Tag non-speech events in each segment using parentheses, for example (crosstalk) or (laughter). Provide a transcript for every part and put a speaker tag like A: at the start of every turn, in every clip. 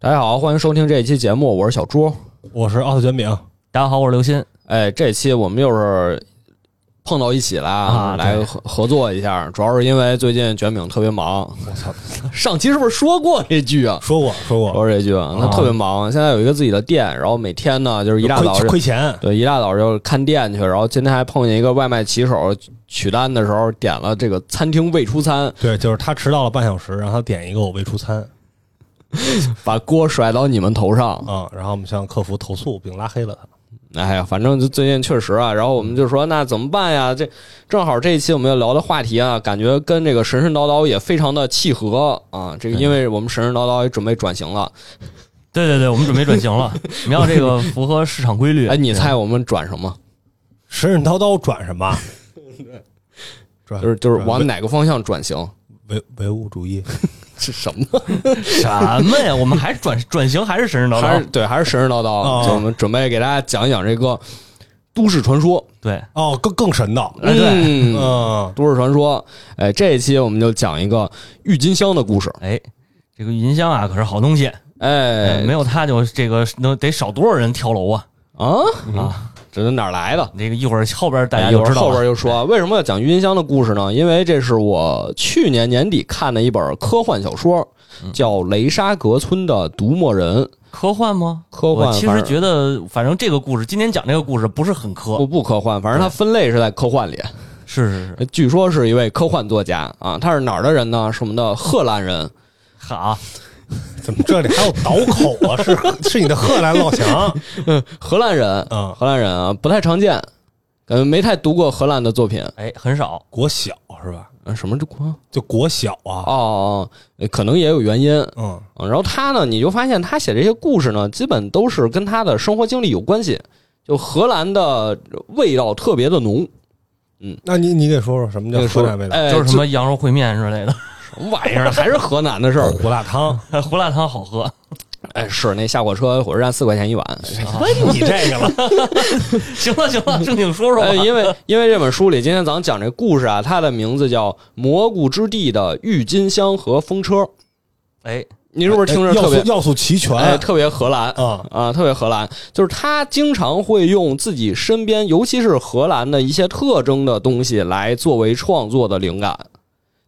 A: 大家好，欢迎收听这一期节目，我是小朱。
B: 我是奥特卷饼，
C: 大家好，我是刘鑫。
A: 哎，这期我们又是碰到一起了，
C: 啊
A: 来
C: 对
A: 合合作一下。主要是因为最近卷饼特别忙，
B: 我操，
A: 上期是不是说过这句啊？
B: 说过
A: 说
B: 说过，
A: 过这句啊，他特别忙，现在有一个自己的店，然后每天呢就是一大早
B: 亏 (laughs)
A: 就
B: 亏钱，
A: 对，一大早就看店去，然后今天还碰见一个外卖骑手取单的时候点了这个餐厅未出餐，
B: 对，就是他迟到了半小时，然后他点一个我未出餐
A: 把锅甩到你们头上。
B: 啊、然后我们向客服投诉并拉黑了他，
A: 哎呀，反正就最近确实啊，然后我们就说那怎么办呀？这正好这一期我们要聊的话题啊，感觉跟这个神神叨叨也非常的契合啊。
C: 哎
A: 这个因为我们神神叨叨也准备转型了，
C: 对对对，我们准备转
B: (laughs)
C: 型了，我们要这个符合市场规律。
A: 哎，你猜我们转什么？
B: 神神叨叨转
A: (laughs)
B: 什么？
C: 呃
B: 转
A: 就是就是
B: 转
A: 往哪个方向转型？
B: 唯唯物主义，
A: 是什么？
C: 什么呀？我们还是转转型，还是神神叨
A: 还是
C: 叨？啊
A: 对，还是神神叨
B: 哦
A: 叨？就我们准备给大家讲一讲这个都市传说。
C: 对，
B: 哦，更更神道，
C: 哎对
A: 嗯
B: 嗯，
A: 都市传说。哎，这一期我们就讲一个郁金香的故事。
C: 哎，这个郁金香啊，可是好东西，哎
A: 哎
C: 没，有它就这个能得少多少人跳楼啊
A: 啊，
C: 啊！
A: 这是哪儿来的？
C: 这个一会儿后边大
A: 哎
C: 家
A: 一
C: 就
A: 会儿
C: 知道了
A: 后边就说为什么要讲郁金香的故事呢？因为这是我去年年底看的一本科幻小说，
C: 嗯
A: 叫《雷沙格村的独墨人》。
C: 科幻吗？
A: 科幻
C: 我其
A: 反
C: 实
A: 正
C: 觉得，反正这个故事，今天讲这个故事不是很科
A: 不，不科幻，反正它分类是在科幻里。
C: 是是是，
A: 据说是一位科幻作家啊，他是哪儿的人呢？是我们的荷兰人。
C: 好，
B: 怎么这里还有倒口啊？是 (laughs) 是你的荷兰老强，
A: 荷兰人，
B: 嗯
A: 荷兰人啊，不太常见，感觉没太读过荷兰的作品。
C: 哎，很少，
B: 国小是吧？
C: 呃
A: 嗯，什么这光？
B: 就国小啊，
A: 哦，呃可能也有原因。
B: 嗯，
A: 嗯然后他呢，你就发现他写这些故事呢，基本都是跟他的生活经历有关系。就荷兰的味道特别的浓，
B: 那你你给说说什么叫
A: 说
B: 荷兰味道？
A: 哎，
C: 就是什么羊肉烩面之类的， (laughs)
A: 什么玩意儿，还是河南的事
C: 嗯
A: 儿。
B: 胡辣汤，
C: 胡辣汤好喝，
A: (laughs)
C: (laughs)
A: 哎，是那下火车火车站四块钱一碗。
B: 问你这个了，
C: 行了行了，正经说说吧
A: 哎，。因为因为这本书里，今天咱们讲这故事啊，它的名字叫《蘑菇之地的郁金香和风车》。
C: 哎，
A: 你是不是听着
B: 呃要
A: 特
B: 素
A: 别
B: 要素齐全
A: 哎，特别荷兰
B: 啊
A: 啊，特别荷兰，就是他经常会用自己身边，尤其是荷兰的一些特征的东西来作为创作的灵感，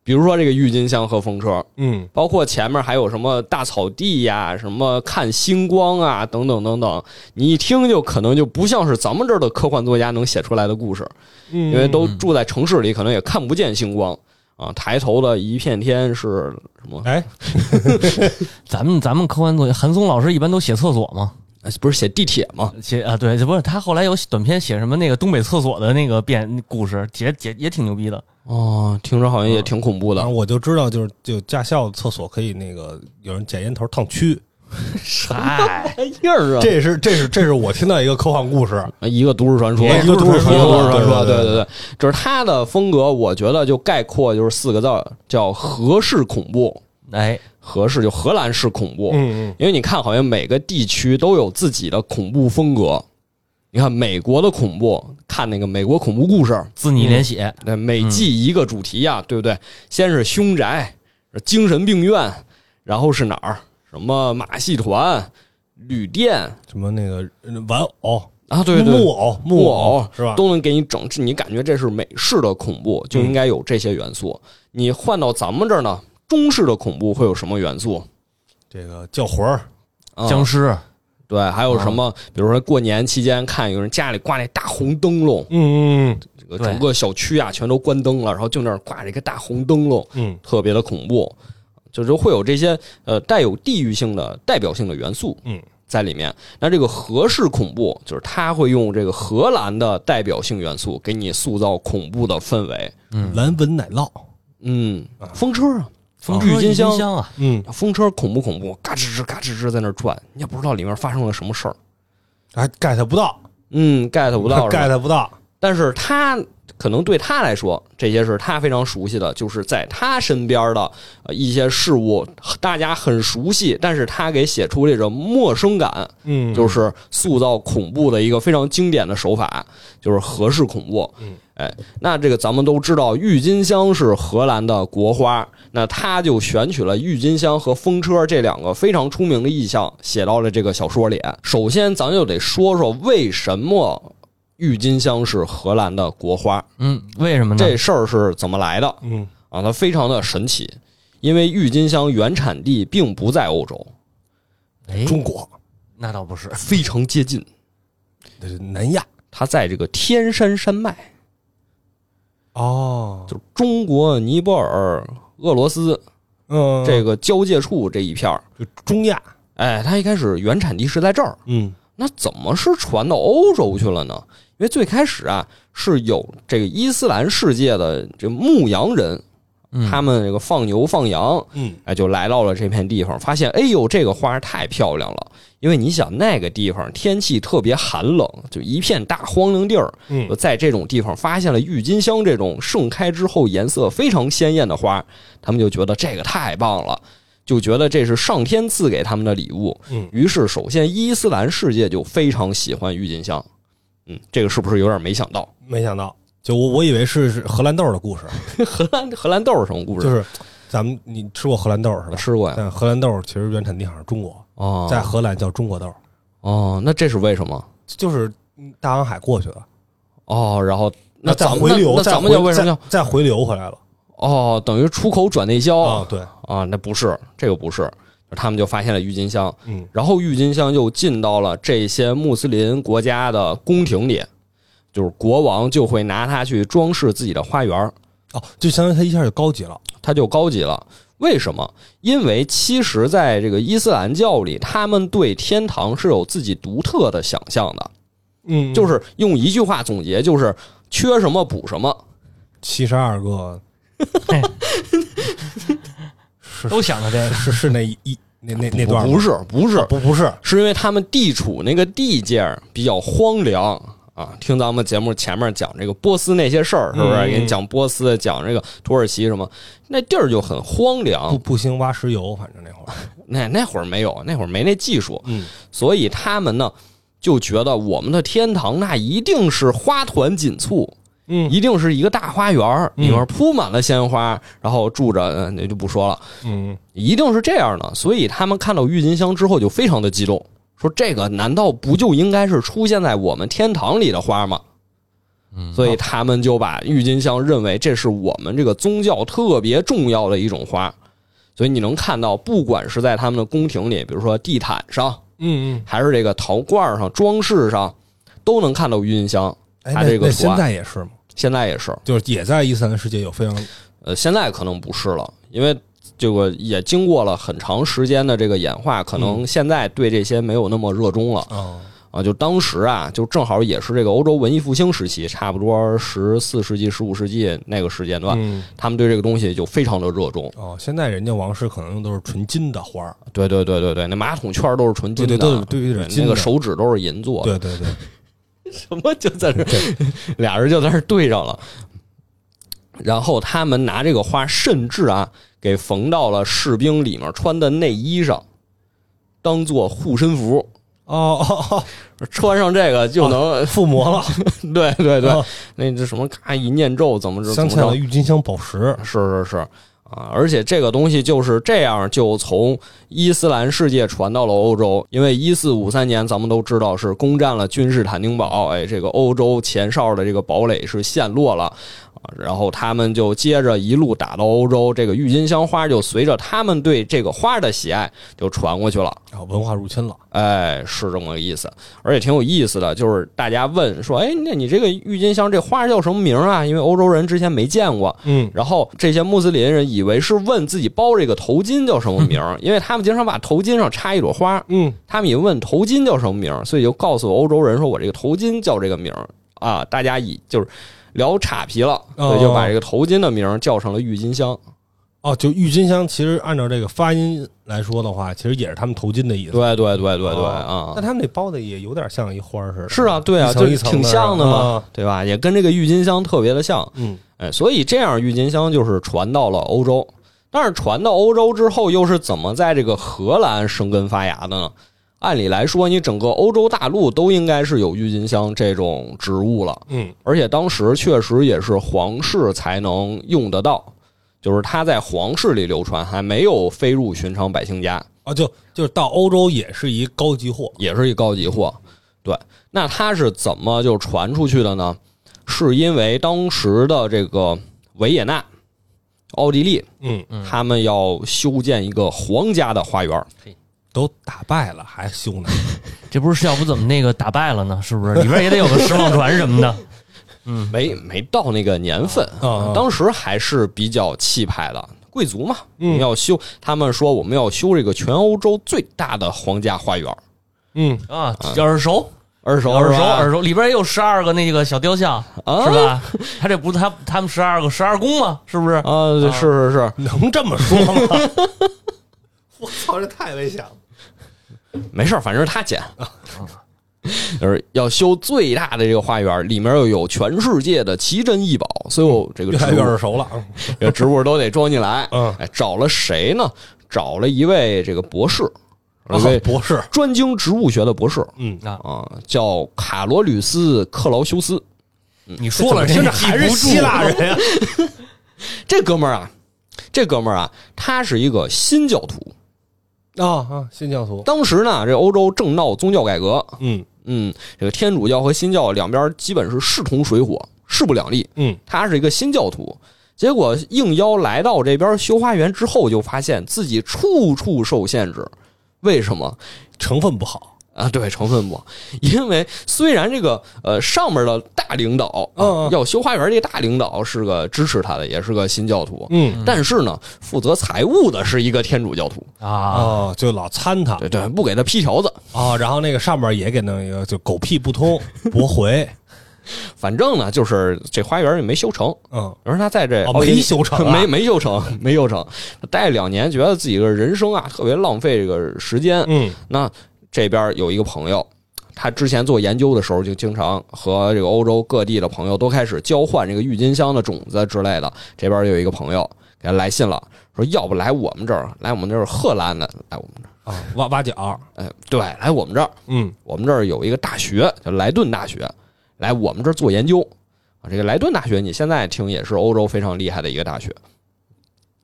A: 比如说这个郁金香和风车，
B: 嗯，
A: 包括前面还有什么大草地呀、什么看星光啊，等等等等，你一听就可能就不像是咱们这儿的科幻作家能写出来的故事，
B: 因
A: 因为都住在城市里，可能也看不见星光。啊，抬头的一片天是什么？
B: 哎，
C: 咱们咱们科幻作业，韩松老师一般都写厕所嘛，
A: 哎不是写地铁吗？
C: 写啊对，不是他后来有短篇写什么那个东北厕所的那个变故事，写也也挺牛逼的。
A: 哦，听着好像也挺恐怖的
B: 反。正我就知道，就是就驾校厕所可以那个有人捡烟头烫蛆，
C: 嗨，
A: 玩意儿啊？哦
B: 这是这是这是我听到一个科幻故事，
A: 啊一个都市传说，
B: 一个
A: 都
B: 都
A: 市
B: 市
A: 传
B: 传
A: 说，都市
B: 说
A: 传说，
B: 对
A: 对
B: 对对
A: 对，就是他的风格，我觉得就概括就是四个字儿，叫合适恐怖。
C: (laughs) 哎，
A: 合适就荷兰式恐怖，
B: 嗯嗯，
A: 因为你看，好像每个地区都有自己的恐怖风格。你看美国的恐怖，看那个美国恐怖故事，
C: 自拟连写，
A: 那每季一个主题呀、对不对？先是凶宅、精神病院，然后是哪儿？什么马戏团、旅店，
B: 什么那个呃玩偶
A: 啊，对对，
B: 木偶
A: 木
B: 偶是吧？
A: 都能给你整，你感觉这是美式的恐怖，就应该有这些元素。你换到咱们这儿呢，中式的恐怖会有什么元素？
B: 这个叫魂儿，
A: 啊
C: 僵尸，
A: 对，还
B: 啊
A: 有什么？比如说过年期间看有人家里挂那大红灯笼，
B: 嗯嗯
A: 这个
C: 对
A: 整个小区啊全都关灯了，然后就那儿挂着一个大红灯笼，
B: 嗯，
A: 特别的恐怖，就就会有这些呃带有地域性的代表性的元素，
B: 嗯，
A: 在里面。那这个荷式恐怖，就是它会用这个荷兰的代表性元素给你塑造恐怖的氛围，
C: 嗯，
B: 蓝纹奶酪，
A: 嗯，风车啊，
C: 风
A: 郁金
C: 车金
A: 香
C: 香啊，
B: 嗯，
A: 风车恐不恐怖？嘎吱吱嘎吱吱在那儿转，你也不知道里面发生了什么事儿，
B: 还 get 不到
A: 嗯，get 不 (laughs) 到是吧
B: get 不到，
A: 但是他可能对他来说，这些是他非常熟悉的，就是在他身边的呃一些事物，大家很熟悉，但是他给写出这种陌生感，
B: 嗯，
A: 就是塑造恐怖的一个非常经典的手法，就是合适恐怖。
B: 嗯
A: 哎，那这个咱们都知道，郁金香是荷兰的国花，那他就选取了郁金香和风车这两个非常出名的意象，写到了这个小说里。首先，咱就得说说为什么郁金香是荷兰的国花，
C: 嗯，为什么呢？
A: 这事儿是怎么来的
B: 嗯，
A: 啊？它非常的神奇，因为郁金香原产地并不在欧洲，
C: 哎，
B: 中国
C: 那倒不 (laughs) 是，
A: 非常接近，
B: 这是南亚
A: 它在这个天山山脉。
B: 哦，
A: 就是中国、尼泊尔、俄罗斯
B: 嗯，
A: 这个交界处这一片儿。
B: 就中亚，
A: 哎，它一开始原产地是在这儿，
B: 嗯
A: 那怎么是传到欧洲去了呢？因为最开始啊，是有这个伊斯兰世界的这牧羊人，
C: 嗯
A: 他们这个放牛放羊，
B: 嗯，
A: 哎，就来到了这片地方，发现哎呦，这个花儿太漂亮了。因为你想那个地方天气特别寒冷，就一片大荒凉地儿，
B: 嗯
A: 我在这种地方发现了郁金香这种盛开之后颜色非常鲜艳的花，他们就觉得这个太棒了，就觉得这是上天赐给他们的礼物。
B: 嗯
A: 于是首先伊斯兰世界就非常喜欢郁金香。嗯，这个是不是有点没想到？
B: 没想到，就我我以为是是荷兰豆的故事，
A: 荷兰荷兰豆是什么故事？
B: 就是咱们你吃过荷兰豆是吧？
A: 吃过呀。
B: 但荷兰豆其实原产地好像是中国，
A: 哦
B: 在荷兰叫中国豆，
A: 哦，那这是为什么？
B: 就是大航海过去的，
A: 哦，然后那
B: 再
A: 咱们
B: 回流，
A: 那那
B: 再
A: 咱们
B: 回
A: 就为什么叫
B: 再再回流回来了？
A: 哦，等于出口转内销
B: 啊，对，
A: 啊？那不是，这个不是，他们就发现了郁金香。
B: 嗯
A: 然后郁金香又进到了这些穆斯林国家的宫廷里，就是国王就会拿它去装饰自己的花园，
B: 哦，就相当于它一下就高级了，
A: 它就高级了。为什么？因为其实在这个伊斯兰教里，他们对天堂是有自己独特的想象的，
B: 嗯
A: 就是是用一句话总结，就是缺什么补什么。
B: 七十二个，是
C: 都想着这个。
B: 是是那一一那那那段吗
A: 不是，不是啊
B: 哦，不不是
A: 是因为他们地处那个地界儿比较荒凉啊。听咱们节目前面讲这个波斯那些事儿，是不是？
B: 嗯
A: 给你讲波斯，讲这个土耳其什么，那地儿就很荒
B: 不
A: 凉。
B: 不兴挖石油，反正那会儿，
A: 那那会儿没有，那会儿没那技术，
B: 嗯
A: 所以他们呢就觉得我们的天堂那一定是花团锦簇。
B: 嗯
A: 一定是一个大花园儿，
B: 嗯
A: 里面铺满了鲜花，然后住着，呃那就不说了。
B: 嗯
A: 一定是这样的。所以他们看到郁金香之后就非常的激动，说这个难道不就应该是出现在我们天堂里的花吗？
C: 嗯
A: 所以他们就把郁金香认为这是我们这个宗教特别重要的一种花。所以你能看到，不管是在他们的宫廷里，比如说地毯上，
B: 嗯嗯，
A: 还是这个陶罐上、装饰上，都能看到郁金香。
B: 哎，
A: 它
B: 那
A: 这个
B: 那
A: 图
B: 现
A: 案
B: 在也是嘛，
A: 现在也是，
B: 就是也在伊斯兰世界有非常
A: 呃，现在可能不是了，因为这个也经过了很长时间的这个演化，可
B: 嗯
A: 能现在对这些没有那么热衷了、
B: 啊，
A: 啊。就当时啊，就正好也是这个欧洲文艺复兴时期，差不多十四世纪、十五世纪那个时间段，
B: 嗯
A: 他们对这个东西就非常的热衷。
B: 哦，现在人家王室可能用都是纯金的花儿，
A: 对对对对对，那马桶圈都是纯金的，
B: 对对对对对对金
A: 那
B: 的
A: 个手指都是银做的，
B: 对对对，
A: 什么就在这 (laughs) 儿，俩人就在这儿对上了。然后他们拿这个花，甚至啊，给缝到了士兵里面穿的内衣上，当做护身符。
B: 哦哦哦，
A: 穿上这个就能，
B: 附魔了，
A: (laughs) 对对对，
B: 哦
A: 那这什么咔一念咒，怎么着怎
B: 镶
A: 么
B: 嵌
A: 着，
B: 了郁金香宝石，
A: 是是是啊！而且这个东西就是这样，就从伊斯兰世界传到了欧洲。因为一四五三年，咱们都知道是攻占了君士坦丁堡，哎，这个欧洲前哨的这个堡垒是陷落了。啊然后他们就接着一路打到欧洲，这个郁金香花就随着他们对这个花的喜爱就传过去了。
B: 啊，文化入侵了，
A: 哎，是这么个意思，而且挺有意思的，就是大家问说，哎，那你这个郁金香这花叫什么名啊？因为欧洲人之前没见过，
B: 嗯，
A: 然后这些穆斯林人以为是问自己包这个头巾叫什么名
B: (laughs)
A: 儿，因为他们经常把头巾上插一朵花，
B: 嗯，
A: 他们也问头巾叫什么名儿，所以就告诉欧洲人说我这个头巾叫这个名儿啊，大家以就是聊岔皮了，
B: 哦
A: 所以就把这个头巾的名儿叫成了郁金香。
B: 哦，就郁金香，其实按照这个发音来说的话，其实也是他们头巾的意思。
A: 对对对对对啊
B: 哦但，他们那包的也有点像一花儿似的。
A: 是啊，对啊，
B: 一
A: 就
B: 层一
A: 是
B: 层
A: 挺像的嘛
B: 啊，
A: 对吧？也跟这个郁金香特别的像。
B: 嗯，
A: 哎，所以这样郁金香就是传到了欧洲，但是传到欧洲之后，又是怎么在这个荷兰生根发芽的呢？按理来说，你整个欧洲大陆都应该是有郁金香这种植物了，
B: 嗯，
A: 而且当时确实也是皇室才能用得到，就是它在皇室里流传，还没有飞入寻常百姓家。
B: 啊，就就是到欧洲也是一高级货，
A: 也是一高级货。对，那它是怎么就传出去的呢？是因为当时的这个维也纳、奥地利，
B: 嗯，
A: 他们要修建一个皇家的花园。
B: 都打败了还修呢，
C: 这不是要不怎么那个打败了呢？是不是里边也得有个石浪船什么的？ (laughs) 嗯，
A: 没没到那个年份，
B: 啊啊
A: 当时还是比较气派的贵族嘛。
B: 嗯
A: 我们要修，他们说我们要修这个全欧洲最大的皇家花园，
B: 嗯，
C: 啊，耳熟，
A: 二手啊
C: 耳熟，耳
A: 熟
C: 熟，里边也有十二个那个小雕像，是
A: 啊
C: 吧？他这不是他他们十二个十二宫吗？是不是？
A: 啊，对是是是，
B: (laughs) 能这么说吗？ (laughs) 我操，这太危险
A: (laughs)
B: 了！
A: 没事儿，反正是他捡。就是要修最大的这个花园，里面又有全世界的奇珍异宝，所有这个
B: (laughs) 越来
A: 植
B: 越
A: 物
B: 耳，熟了啊，
A: 这个植物都得装进来。
B: 嗯
A: 哎，找了谁呢？找了一位这个博士，一
B: 啊
A: 位
B: 博士，
A: 专精植物学的博士
B: 嗯，
A: 啊，叫卡罗吕斯·克劳修斯。
C: 你说了，
B: 听
C: 这
B: 着
C: 你
B: 还
C: 记
B: 是
C: 不住
B: 希腊人呀，
A: 这哥们儿啊，这哥们儿啊，他是一个新教徒。
B: (laughs) 啊啊，新教徒，
A: 当时呢，这欧洲正闹宗教改革，
B: 嗯
A: 嗯，这个天主教和新教两边基本是势同水火，势不两立。
B: 嗯，
A: 他是一个新教徒，结果应邀来到这边修花园之后，就发现自己处处受限制。为什么
B: 成分不好，
A: 啊？对，成分不好，因为虽然这个呃上面的大领导，啊
B: 嗯嗯
A: 要修花园这大领导是个支持他的，也是个新教徒，
B: 嗯
A: 但是呢，负责财务的是一个天主教徒，
C: 啊，
B: 啊，就老参他
A: 对对，不给他批条子。
B: 啊，然后那个上面也给弄一个，就狗屁不通，驳回，
A: 反正呢，就是这花园也没修成，
B: 嗯， (laughs)
A: 而他在这
B: 哦
A: 奥地利
B: 没修成
A: (laughs)
B: 啊
A: 没没修成，没修成。他待两年，觉得自己的人生啊特别浪费这个时间。
B: 嗯
A: 那这边有一个朋友，他之前做研究的时候，就经常和这个欧洲各地的朋友都开始交换这个郁金香的种子之类的。这边有一个朋友给他来信了，说要不来我们这儿，来我们这儿荷兰的，来我们这儿，
B: 啊，挖挖角，
A: 哎，对，来我们这儿，
B: 嗯
A: 我们这儿有一个大学叫莱顿大学，来我们这儿做研究啊。这个莱顿大学，你现在听也是欧洲非常厉害的一个大学，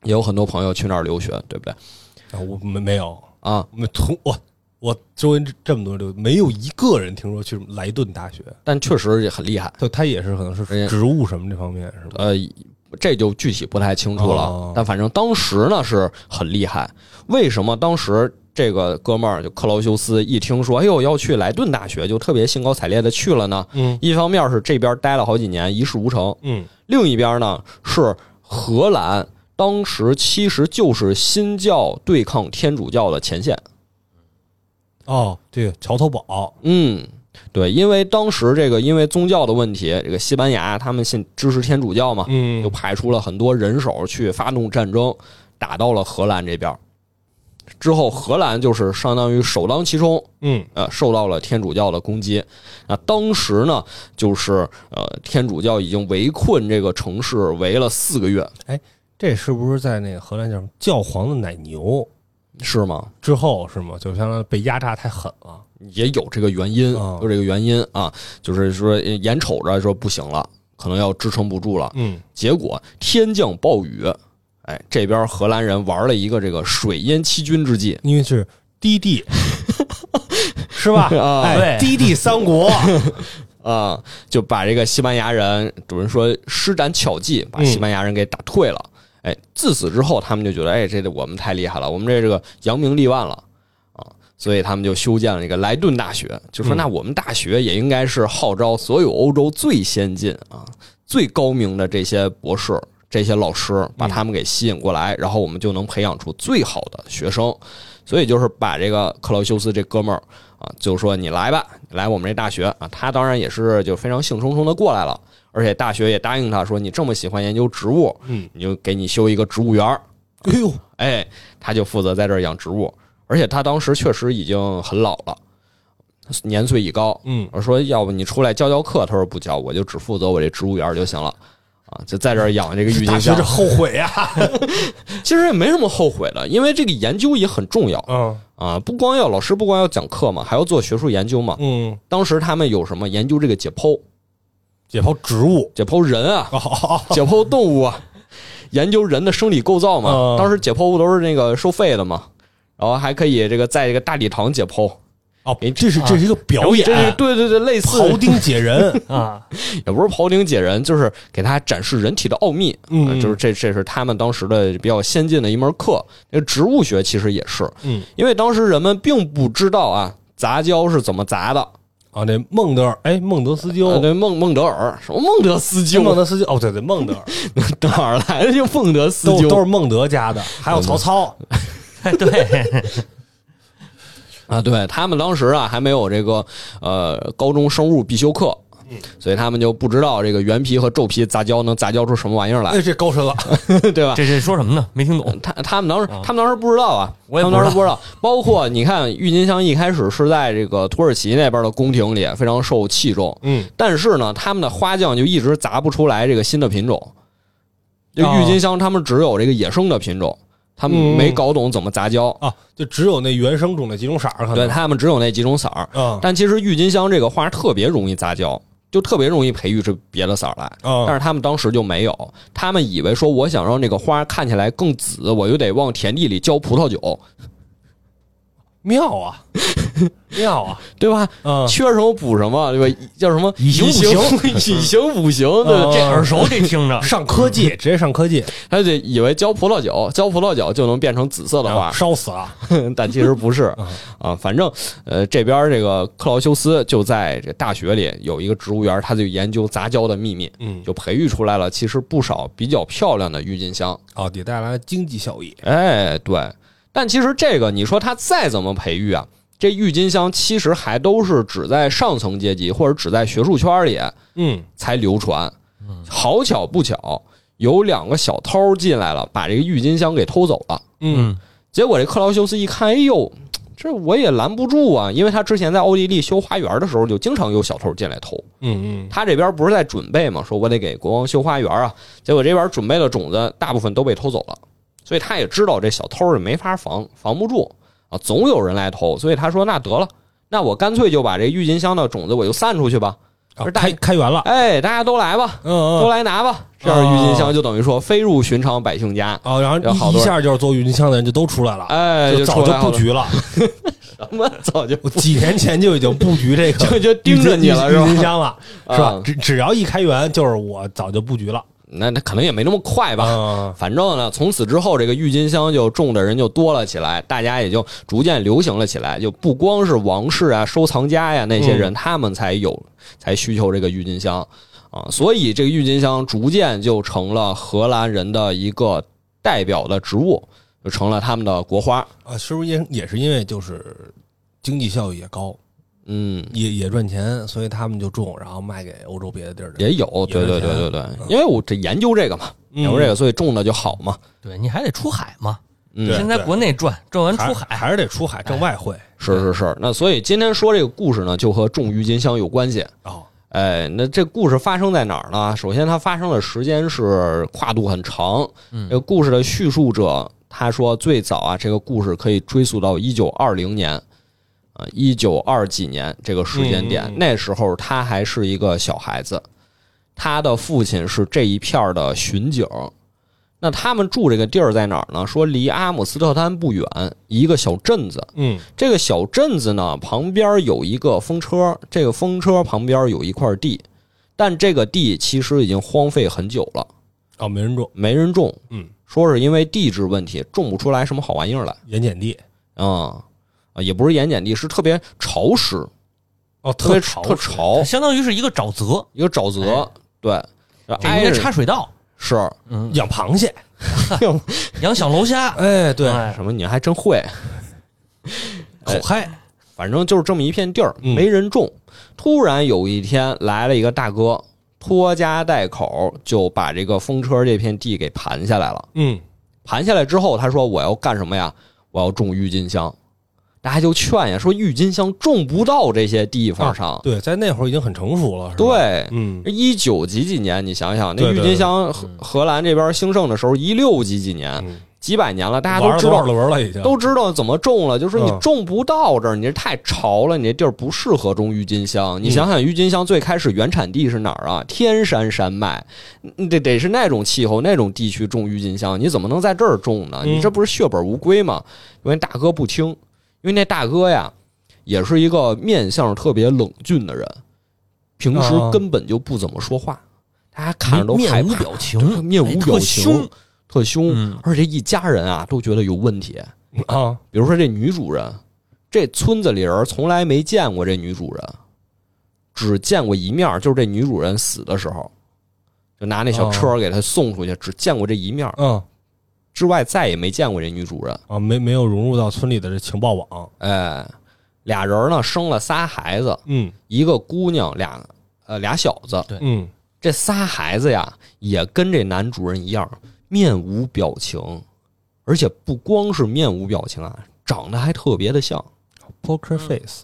A: 也有很多朋友去那儿留学，对不对？
B: 啊我没没有，
A: 啊，
B: 我们同我我周围这么多人，没有一个人听说去莱顿大学，
A: 但确实也很厉害。
B: 就他也是可能是
A: 人家
B: 植物什么这方面是吧？
A: 呃，这就具体不太清楚了。
B: 哦
A: 但反正当时呢是很厉害。为什么当时这个哥们儿就克劳修斯一听说，哎呦要去莱顿大学，就特别兴高采烈的去了呢？
B: 嗯
A: 一方面是这边待了好几年一事无成，
B: 嗯
A: 另一边呢是荷兰。当时其实就是新教对抗天主教的前线，
B: 哦，对，桥头堡，
A: 嗯，对，因为当时这个因为宗教的问题，这个西班牙他们信支持天主教嘛，
B: 嗯
A: 就派出了很多人手去发动战争，打到了荷兰这边儿。之后，荷兰就是相当于首当其冲，
B: 嗯
A: 呃，受到了天主教的攻击。那当时呢，就是呃，天主教已经围困这个城市围了四个月，
B: 这是不是在那个荷兰叫什么教皇的奶牛
A: 是吗？
B: 之后是吗？就相当于被压榨太狠了，
A: 也有这个原因，
B: 哦
A: 有这个原因啊，就是说呃眼瞅着说不行了，可能要支撑不住了。
B: 嗯
A: 结果天降暴雨，哎，这边荷兰人玩了一个这个水淹七军之计，
B: 因为是低 (laughs) 地是吧？
A: 啊
B: 哎，
C: 对
B: 低地三国，
A: 啊、就把这个西班牙人，主人说施展巧计，把
B: 嗯
A: 西班牙人给打退了。哎，自此之后，他们就觉得，哎，这个我们太厉害了，我们这这个扬名立万了啊，所以他们就修建了一个莱顿大学，就说
B: 嗯
A: 那我们大学也应该是号召所有欧洲最先进啊、最高明的这些博士。这些老师把他们给吸引过来，然后我们就能培养出最好的学生，所以就是把这个克劳修斯这哥们儿啊，就说你来吧，你来我们这大学啊。他当然也是就非常兴冲冲的过来了，而且大学也答应他说，你这么喜欢研究植物，
B: 嗯，
A: 你就给你修一个植物园儿。
B: (laughs) 哎呦，
A: 哎，他就负责在这儿养植物，而且他当时确实已经很老了，年岁已高。
B: 嗯
A: 我说要不你出来教教课，他说不教，我就只负责我这植物园儿就行了。啊，就在这儿养
B: (laughs)
A: 这个郁
B: 大
A: 金
B: 学
A: 香
B: 这，后悔呀，啊
A: 其实也没什么后悔的，因为这个研究也很重要。
B: (laughs) 嗯
A: 啊，不光要老师，不光要讲课嘛，还要做学术研究嘛。
B: 嗯，
A: 当时他们有什么研究这个解剖，
B: 解剖植物， (laughs)
A: 解剖人啊，
B: 哦哦
A: 解剖动物
B: (laughs)
A: 啊，研究人的生理构造嘛
B: 嗯。
A: 当时解剖不都是那个收费的嘛，然后还可以这个在这个大礼堂解剖，
B: 哦，这是这是一个表演，哎
A: 这是对对对，类似
B: 庖丁解人，
C: 啊， (laughs)
A: 也不是庖丁解人，就是给大家展示人体的奥秘。
B: 嗯
A: 啊就是这这是他们当时的比较先进的一门课。那个植物学其实也是，
B: 嗯，
A: 因为当时人们并不知道啊。杂交是怎么砸的？
B: 啊，那孟德尔，哎，孟德斯鸠，
A: 呃，对孟孟德尔，什么孟德斯鸠？
B: 孟德斯鸠，哦，对对，孟 (laughs) 德尔，
A: 哪儿来的就孟德斯
B: 都
A: 鸠？
B: 都是孟德哎家的，还有曹操，
C: 对，
A: 啊，对他们当时啊还没有这个呃高中生物必修课，
B: 嗯
A: 所以他们就不知道这个原皮和皱皮杂交能杂交出什么玩意儿来， (laughs)
B: 哎，这高深了，
A: 对吧？
C: (laughs) 这这说什么呢？没听懂。
A: 他他们当时他们当时不知道啊，
C: 我也
A: 他
C: 不
A: 们
C: 知道
A: 当时不知道。包括你看郁金香一开始是在这个土耳其那边的宫廷里非常受器重，
B: 嗯，
A: 但是呢，他们的花匠就一直砸不出来这个新的品种。这
B: 哦
A: 郁金香他们只有这个野生的品种，他们没
B: 嗯
A: 搞懂怎么杂交，
B: 啊，就只有那原生种那几种色儿，可
A: 对
B: 能，
A: 他们只有那几种色儿。
B: 啊
A: 但其实郁金香这个花特别容易杂交，就特别容易培育出别的色儿来。但
B: 啊，
A: 是他们当时就没有，他们以为说我想让这个花看起来更紫，我就得往田地里浇葡萄酒，
B: 妙 (laughs) 啊，妙啊，
A: 对吧？
B: 嗯，
A: 缺什么补什么，对吧？叫什么
C: 以形补
A: 形
C: 形，
A: (laughs)
C: 哦
A: 以形补形，对吧
B: 嗯
C: 这耳熟，这听
A: 啊
C: 着
B: 上科技，
A: 嗯
B: 直接上科技，
A: 他就以为浇葡萄酒，浇葡萄酒就能变成紫色的
B: 然后
A: 花，
B: 烧死了，
A: (laughs) 但其实不是啊。反正呃，这边这个克劳修斯就在这大学里有一个植物园，他就研究杂交的秘密。
B: 嗯，
A: 就培育出来了，其实不少比较漂亮的郁金香。
B: 哦，也带来了经济效益，
A: 哎，对，但其实这个你说它再怎么培育啊，这郁金香其实还都是只在上层阶级或者只在学术圈里
B: 嗯，
A: 才流传。好巧不巧，有两个小偷进来了，把这个郁金香给偷走了。
C: 嗯，
A: 结果这克劳修斯一看，哎呦，这我也拦不住啊，因为他之前在奥地利修花园的时候，就经常有小偷进来偷。
B: 嗯嗯，
A: 他这边不是在准备嘛，说我得给国王修花园啊，结果这边准备的种子大部分都被偷走了，所以他也知道这小偷儿也没法防，防不住啊，总有人来偷，所以他说那得了，那我干脆就把这郁金香的种子我就散出去吧，
B: 啊
A: 不是大
B: 开开源了，
A: 哎，大家都来吧，
B: 嗯啊嗯
A: 都。来拿吧，这样郁金香就等于说飞入寻常百姓家，
B: 哦，然后
A: 有好
B: 一
A: 多
B: 一下就是做郁金香的人就都出来了，
A: 哎，
B: 就早
A: 出
B: 就
A: 来好
B: 布
A: 多， (laughs)
B: 局了。
A: 什么早就
B: 我几年前就已经布局这个
A: 就 (laughs) 就盯着你了是
B: 郁金
A: 吧
B: 郁金香了，是吧
A: 啊？
B: 只只要一开园，就是我早就布局了，
A: 那那可能也没那么快吧，
B: 吧？
A: 反正呢，从此之后，这个郁金香就种的人就多了起来，大家也就逐渐流行了起来。就不光是王室啊、收藏家呀那些人，他们才有才需求这个郁金香啊，所以这个郁金香逐渐就成了荷兰人的一个代表的植物，就成了他们的国花。
B: 啊，是不是也也是因为就是经济效益也高，
A: 嗯，
B: 也也赚钱，所以他们就种，然后卖给欧洲别的地儿的人。
A: 也有，对对对对对，因为我这研究这个嘛，研究这个，所以种的就好嘛。
C: (laughs) 对你还得出海嘛，
A: 嗯，哎
B: 对
C: 先在国内赚，赚完
B: 还
C: 出海，
B: 还是得出海挣外汇
A: 是是是。那所以今天说这个故事呢，就和种郁金香有关系。
B: 哦，
A: 哎，那这故事发生在哪儿呢？首先，它发生的时间是跨度很长。
C: 嗯
A: 这个故事的叙述者他说，最早啊，这个故事可以追溯到一九二零年，啊，一九二几年这个时间点。
B: 嗯嗯嗯
A: 那时候他还是一个小孩子，他的父亲是这一片儿的巡警。那他们住这个地儿在哪儿呢？说离阿姆斯特丹不远，一个小镇子。
B: 嗯
A: 这个小镇子呢，旁边有一个风车，这个风车旁边有一块地，但这个地其实已经荒废很久了，
B: 哦，没人种，
A: 没人种。
B: 嗯，
A: 说是因为地质问题，种不出来什么好玩意儿来
B: 盐碱地
A: 啊、啊，也不是盐碱地，是特别潮湿，
B: 哦，
A: (laughs) 特别
B: 潮
A: 特潮， (laughs)
C: 相当于是一个沼泽，
A: 一个沼泽
C: 哎，
A: 对，
C: 这应
A: 挨
C: 该
A: 着
C: 插水稻，
A: 是
C: 嗯，
B: 养螃蟹，
C: 养小龙虾，
B: 哎，对，
C: 哎
A: 什么？你还真会。
B: 口嗨，
A: 反正就是这么一片地儿，
B: 嗯
A: 没人种。突然有一天来了一个大哥，拖家带口就把这个风车这片地给盘下来了。
B: 嗯，
A: 盘下来之后，他说：“我要干什么呀？我要种郁金香。”大家就劝呀，说郁金香种不到这些地方上。
B: 啊对，在那会儿已经很成熟了，是吧，
A: 对，
B: 嗯，
A: 一九几几年，你想想，那
B: 对
A: 郁
B: 对
A: 金香荷荷兰这边兴盛的时候，一六几几年，
B: 嗯
A: 几百年了，大家都
B: 玩了
A: 知
B: 多少
A: 道，
B: 轮了已经，
A: 都知道怎么种了。就是你
B: 嗯
A: 种不到这儿，你这太潮了，你这地儿不适合种郁金香。你
B: 嗯
A: 想想，郁金香最开始原产地是哪儿啊？天山山脉，你得得是那种气候、那种地区种郁金香，你怎么能在这儿种呢？
B: 嗯
A: 你这不是血本无归吗？因为大哥不听，因为那大哥呀，也是一个面相特别冷峻的人，平时
B: 啊
A: 根本就不怎么说话，大家看着都害
C: 面无
A: 怕。
C: 表情，
A: 面
C: 哎
A: 无
C: 特
A: 表情，
C: 凶
A: 特凶，
C: 嗯
A: 而且一家人啊都觉得有问题。
B: 啊，
A: 比如说这女主人，这村子里人从来没见过这女主人，只见过一面儿，就是这女主人死的时候，就拿那小车给她送出去，只见过这一面儿，
B: 嗯
A: 之外再也没见过这女主人。
B: 啊，没没有融入到村里的这情报网，
A: 哎，俩人呢生了仨孩子，
B: 嗯
A: 一个姑娘，俩呃俩小子。
B: 嗯，
A: 这仨孩子呀，也跟这男主人一样，面无表情，而且不光是面无表情啊，长得还特别的像，
B: poker face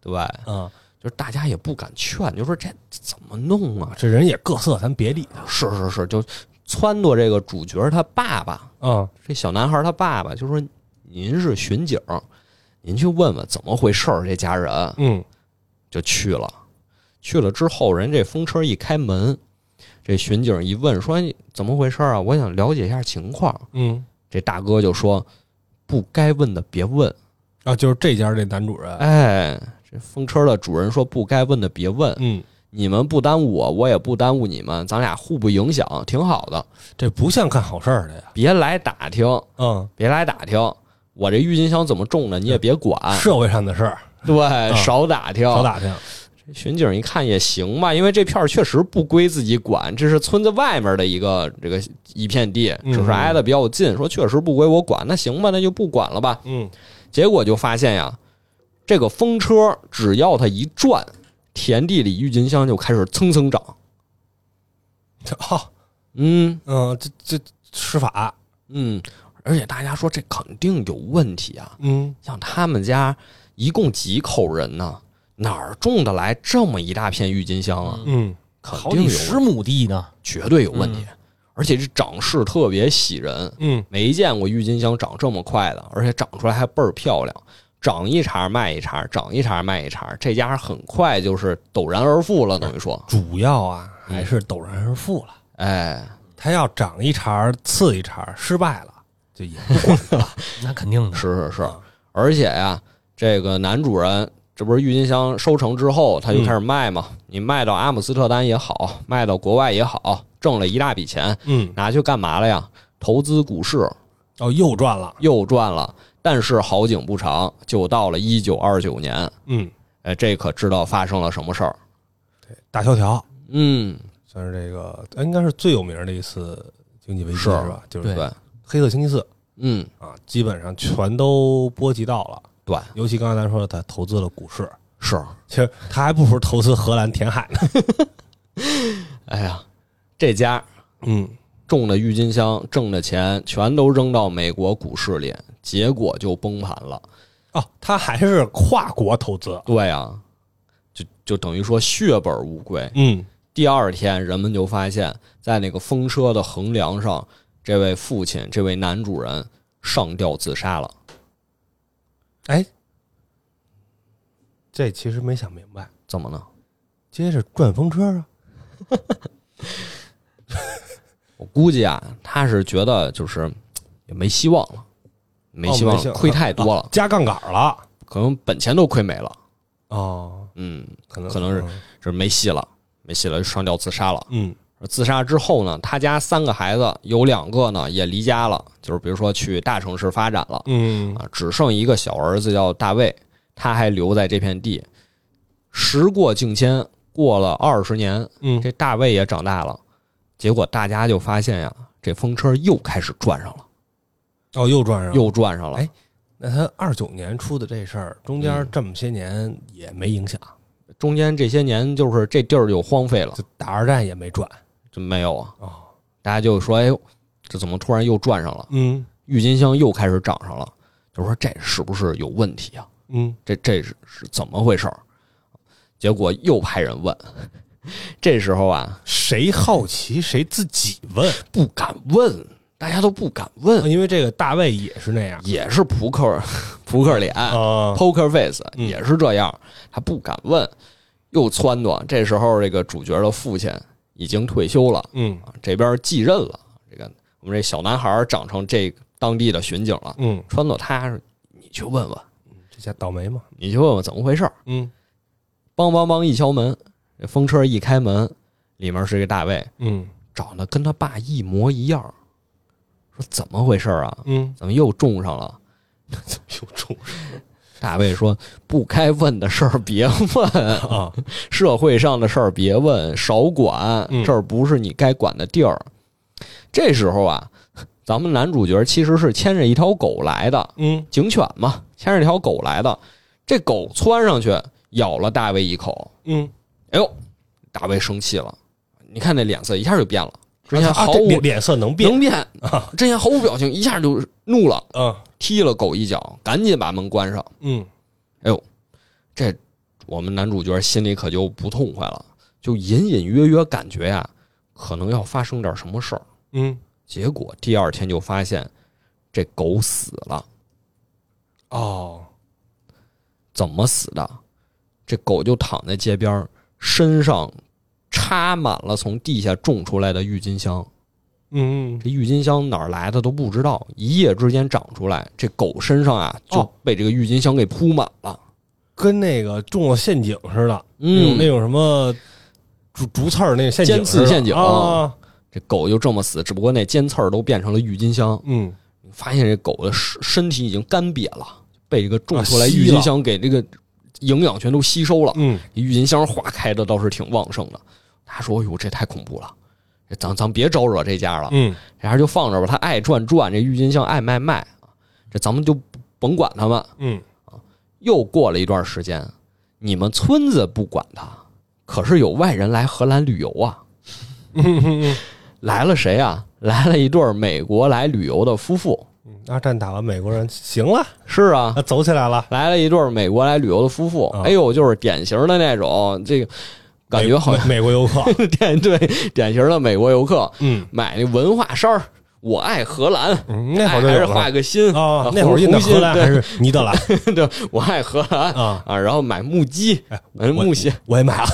A: 对吧？
B: 啊，
A: 就是大家也不敢劝，就说这怎么弄啊？
B: 这人也各色，咱别理他
A: 是是是，就撺掇这个主角他爸爸，
B: 啊，
A: 这小男孩他爸爸就说：“您是巡警，您去问问怎么回事儿，这家人。”
B: 嗯
A: 就去了。去了之后，人这风车一开门，这巡警一问说哎怎么回事啊？我想了解一下情况。
B: 嗯
A: 这大哥就说不该问的别问。
B: 啊，就是这家这男主人，
A: 哎，这风车的主人说不该问的别问，
B: 嗯，
A: 你们不耽误我，我也不耽误你们，咱俩互不影响，挺好的。
B: 这不像干好事儿的呀，
A: 别来打听，
B: 嗯，
A: 别来打听。我这郁金香怎么种的，你也别管，
B: 嗯社会上的事儿
A: 啊对，少打听，
B: 嗯少打听，
A: 巡警一看也行吧，因为这片儿确实不归自己管，这是村子外面的一个这个一片地，
B: 嗯
A: 只是挨得比较近。说确实不归我管，那行吧，那就不管了吧。
B: 嗯
A: 结果就发现呀，这个风车只要它一转，田地里郁金香就开始蹭蹭长。
B: 这好，
A: 嗯
B: 哦嗯，这这施法，
A: 嗯，而且大家说这肯定有问题啊，
B: 嗯
A: 像他们家一共几口人呢？哪儿种得来这么一大片郁金香啊？
B: 嗯
A: 肯
C: 好
A: 定
C: 几
A: 有
C: 十嗯亩地呢，
A: 绝对有问题，而且这长势特别喜人，
B: 嗯
A: 没见过郁金香长这么快的，而且长出来还倍儿漂亮，长一茬卖一茬，长一茬卖一茬，这家很快就是陡然而富了，等于说，
B: 主要啊还是陡然而富了，
A: 哎，
B: 他要长一茬儿刺一茬儿，失败了就也不
C: 那肯定的。
A: 是是是，而且呀、这个男主人。这不是郁金香收成之后，他就开始卖嘛。你卖到阿姆斯特丹也好，卖到国外也好，挣了一大笔钱，
B: (laughs) 嗯，
A: 拿去干嘛了呀？投资股市，
B: 哦，又赚了，
A: 又赚了。但是好景不长，就到了一九二九年，
B: 嗯，
A: 哎，这可知道发生了什么事儿？
B: 大萧条
A: 嗯，
B: 算是这个，呃应该是最有名的一次经济危机
A: 是
B: 吧？就是
C: 对
A: 对，
B: 黑色星期四
A: 嗯，
B: 啊，基本上全都波及到了。
A: 对，
B: 尤其刚才咱说的，他投资了股市，
A: 是。
B: 其实他还不如投资荷兰填海呢。
A: 哎呀，这家
B: 嗯
A: 种的郁金香挣的钱全都扔到美国股市里，结果就崩盘了。
B: (laughs) 哦，他还是跨国投资。
A: 对啊，就就等于说血本无归。
B: 嗯
A: 第二天，人们就发现，在那个风车的横梁上，这位父亲，这位男主人上吊自杀了。
B: 哎，这其实没想明白，
A: 怎么呢？
B: 接着转风车啊。
A: 我估计啊，他是觉得就是嘖也没希望了，没希望
B: 哦没希
A: 了，
B: 望
A: 亏太多了，
B: 加杠杆了。
A: 可能本钱都亏没了，
B: 哦，
A: 嗯，
B: 可能
A: 可能是就是没戏了，没戏了，就上吊自杀了。
B: 嗯
A: 自杀之后呢，他家三个孩子有两个呢也离家了，就是比如说去大城市发展了
B: 嗯
A: 啊，只剩一个小儿子叫大卫，他还留在这片地。时过境迁，过了二十年，
B: 嗯，
A: 这大卫也长大了，结果大家就发现呀，这风车又开始转上了，
B: 哦，又转上了。
A: 又转上了。
B: 哎那他二九年出的这事儿，中间这么些年也没影响，
A: 中间这些年就是这地儿就荒废了，
B: 就打二战也没转。
A: 就没有啊。
B: 哦
A: 大家就说：“哎呦，这怎么突然又转上了？
B: 嗯
A: 郁金香又开始长上了。”就说这是不是有问题啊？
B: 嗯，
A: 这这是是怎么回事儿？结果又派人问， (laughs) 这时候啊
B: 谁好奇谁自己问。
A: 不敢问，大家都不敢问，
B: 因为这个大卫也是那样
A: 也是扑克扑克脸、
B: 啊，
A: poker face
B: 嗯
A: 也是这样，他不敢问，又撺掇。这时候，这个主角的父亲已经退休了，
B: 嗯
A: 啊这边继任了。这个我们这小男孩长成这个当地的巡警了，
B: 嗯，
A: 撺掇他说：“你去问问，
B: 这家倒霉嘛，
A: 你去问问怎么回事儿。
B: 嗯”
A: 梆梆梆一敲门，这风车一开门，里面是一个大卫，
B: 嗯
A: 长得跟他爸一模一样。说怎么回事儿啊？
B: 嗯，
A: 怎么又中上了？
B: 有重视
A: 大卫说：“不该问的事儿别问。”
B: 啊，
A: (laughs) 社会上的事儿别问，少管
B: 嗯，
A: 这儿不是你该管的地儿。这时候啊，咱们男主角其实是牵着一条狗来的，
B: 嗯
A: 警犬嘛，牵着一条狗来的。这狗窜上去咬了大卫一口，
B: 嗯，
A: 哎呦，大卫生气了，你看这脸色一下就变了，之前
B: 啊
A: 毫
B: 这
A: 无
B: 脸脸色能变
A: 能变，啊之前毫无表情，一下就怒了，
B: 啊，
A: 踢了狗一脚，赶紧把门关上。
B: 嗯
A: 这我们男主角心里可就不痛快了，就隐隐约约感觉呀、可能要发生点什么事儿。
B: 嗯
A: 结果第二天就发现这狗死了，
B: 哦，
A: 怎么死的？这狗就躺在街边儿，身上插满了从地下种出来的郁金香。
B: 嗯
A: 这郁金香哪儿来的都不知道，一夜之间长出来。这狗身上啊就
B: 哦
A: 被这个郁金香给铺满了。
B: 跟那个中了陷阱似的，那种
A: 嗯，
B: 哎那种什么竹竹刺儿那个陷阱
A: 尖
B: 似的，
A: 刺陷阱
B: 啊，
A: 这狗就这么死，只不过那尖刺儿都变成了郁金香。
B: 嗯，
A: 发现这狗的身身体已经干瘪了，被这个种出来
B: 啊吸
A: 郁金香给这个营养全都吸收了。
B: 嗯
A: 郁金香花开的倒是挺旺盛的。他说：“哎呦，这太恐怖了，这咱咱别招惹这家了，
B: 嗯
A: 这家就放着吧。他爱转转，这郁金香爱卖卖，这咱们就甭管他们。”
B: 嗯，
A: 又过了一段时间，你们村子不管他，可是有外人来荷兰旅游啊。
B: (laughs)
A: 来了谁啊？来了一对儿美国来旅游的夫妇。
B: 嗯二战打完美国人行了，
A: 是啊，
B: 啊，走起来了，
A: 来了一对儿美国来旅游的夫妇
B: 啊，
A: 哎呦，就是典型的那种，这个感觉好像
B: 美美美国游
A: (laughs)
B: 客，
A: 典对典型的美国游客，
B: 嗯
A: 买那文化衫儿，我爱荷兰，
B: 嗯，那会儿就
A: 哎爱还
B: 有
A: 是
B: 了
A: 画个心
B: 啊，那会儿印的
A: 红心
B: 荷兰还是尼德兰
A: 对 (laughs) 对，我爱荷兰
B: 啊，哎
A: 啊，然后买木屐，买
B: 我
A: 木鞋，
B: 我也买了，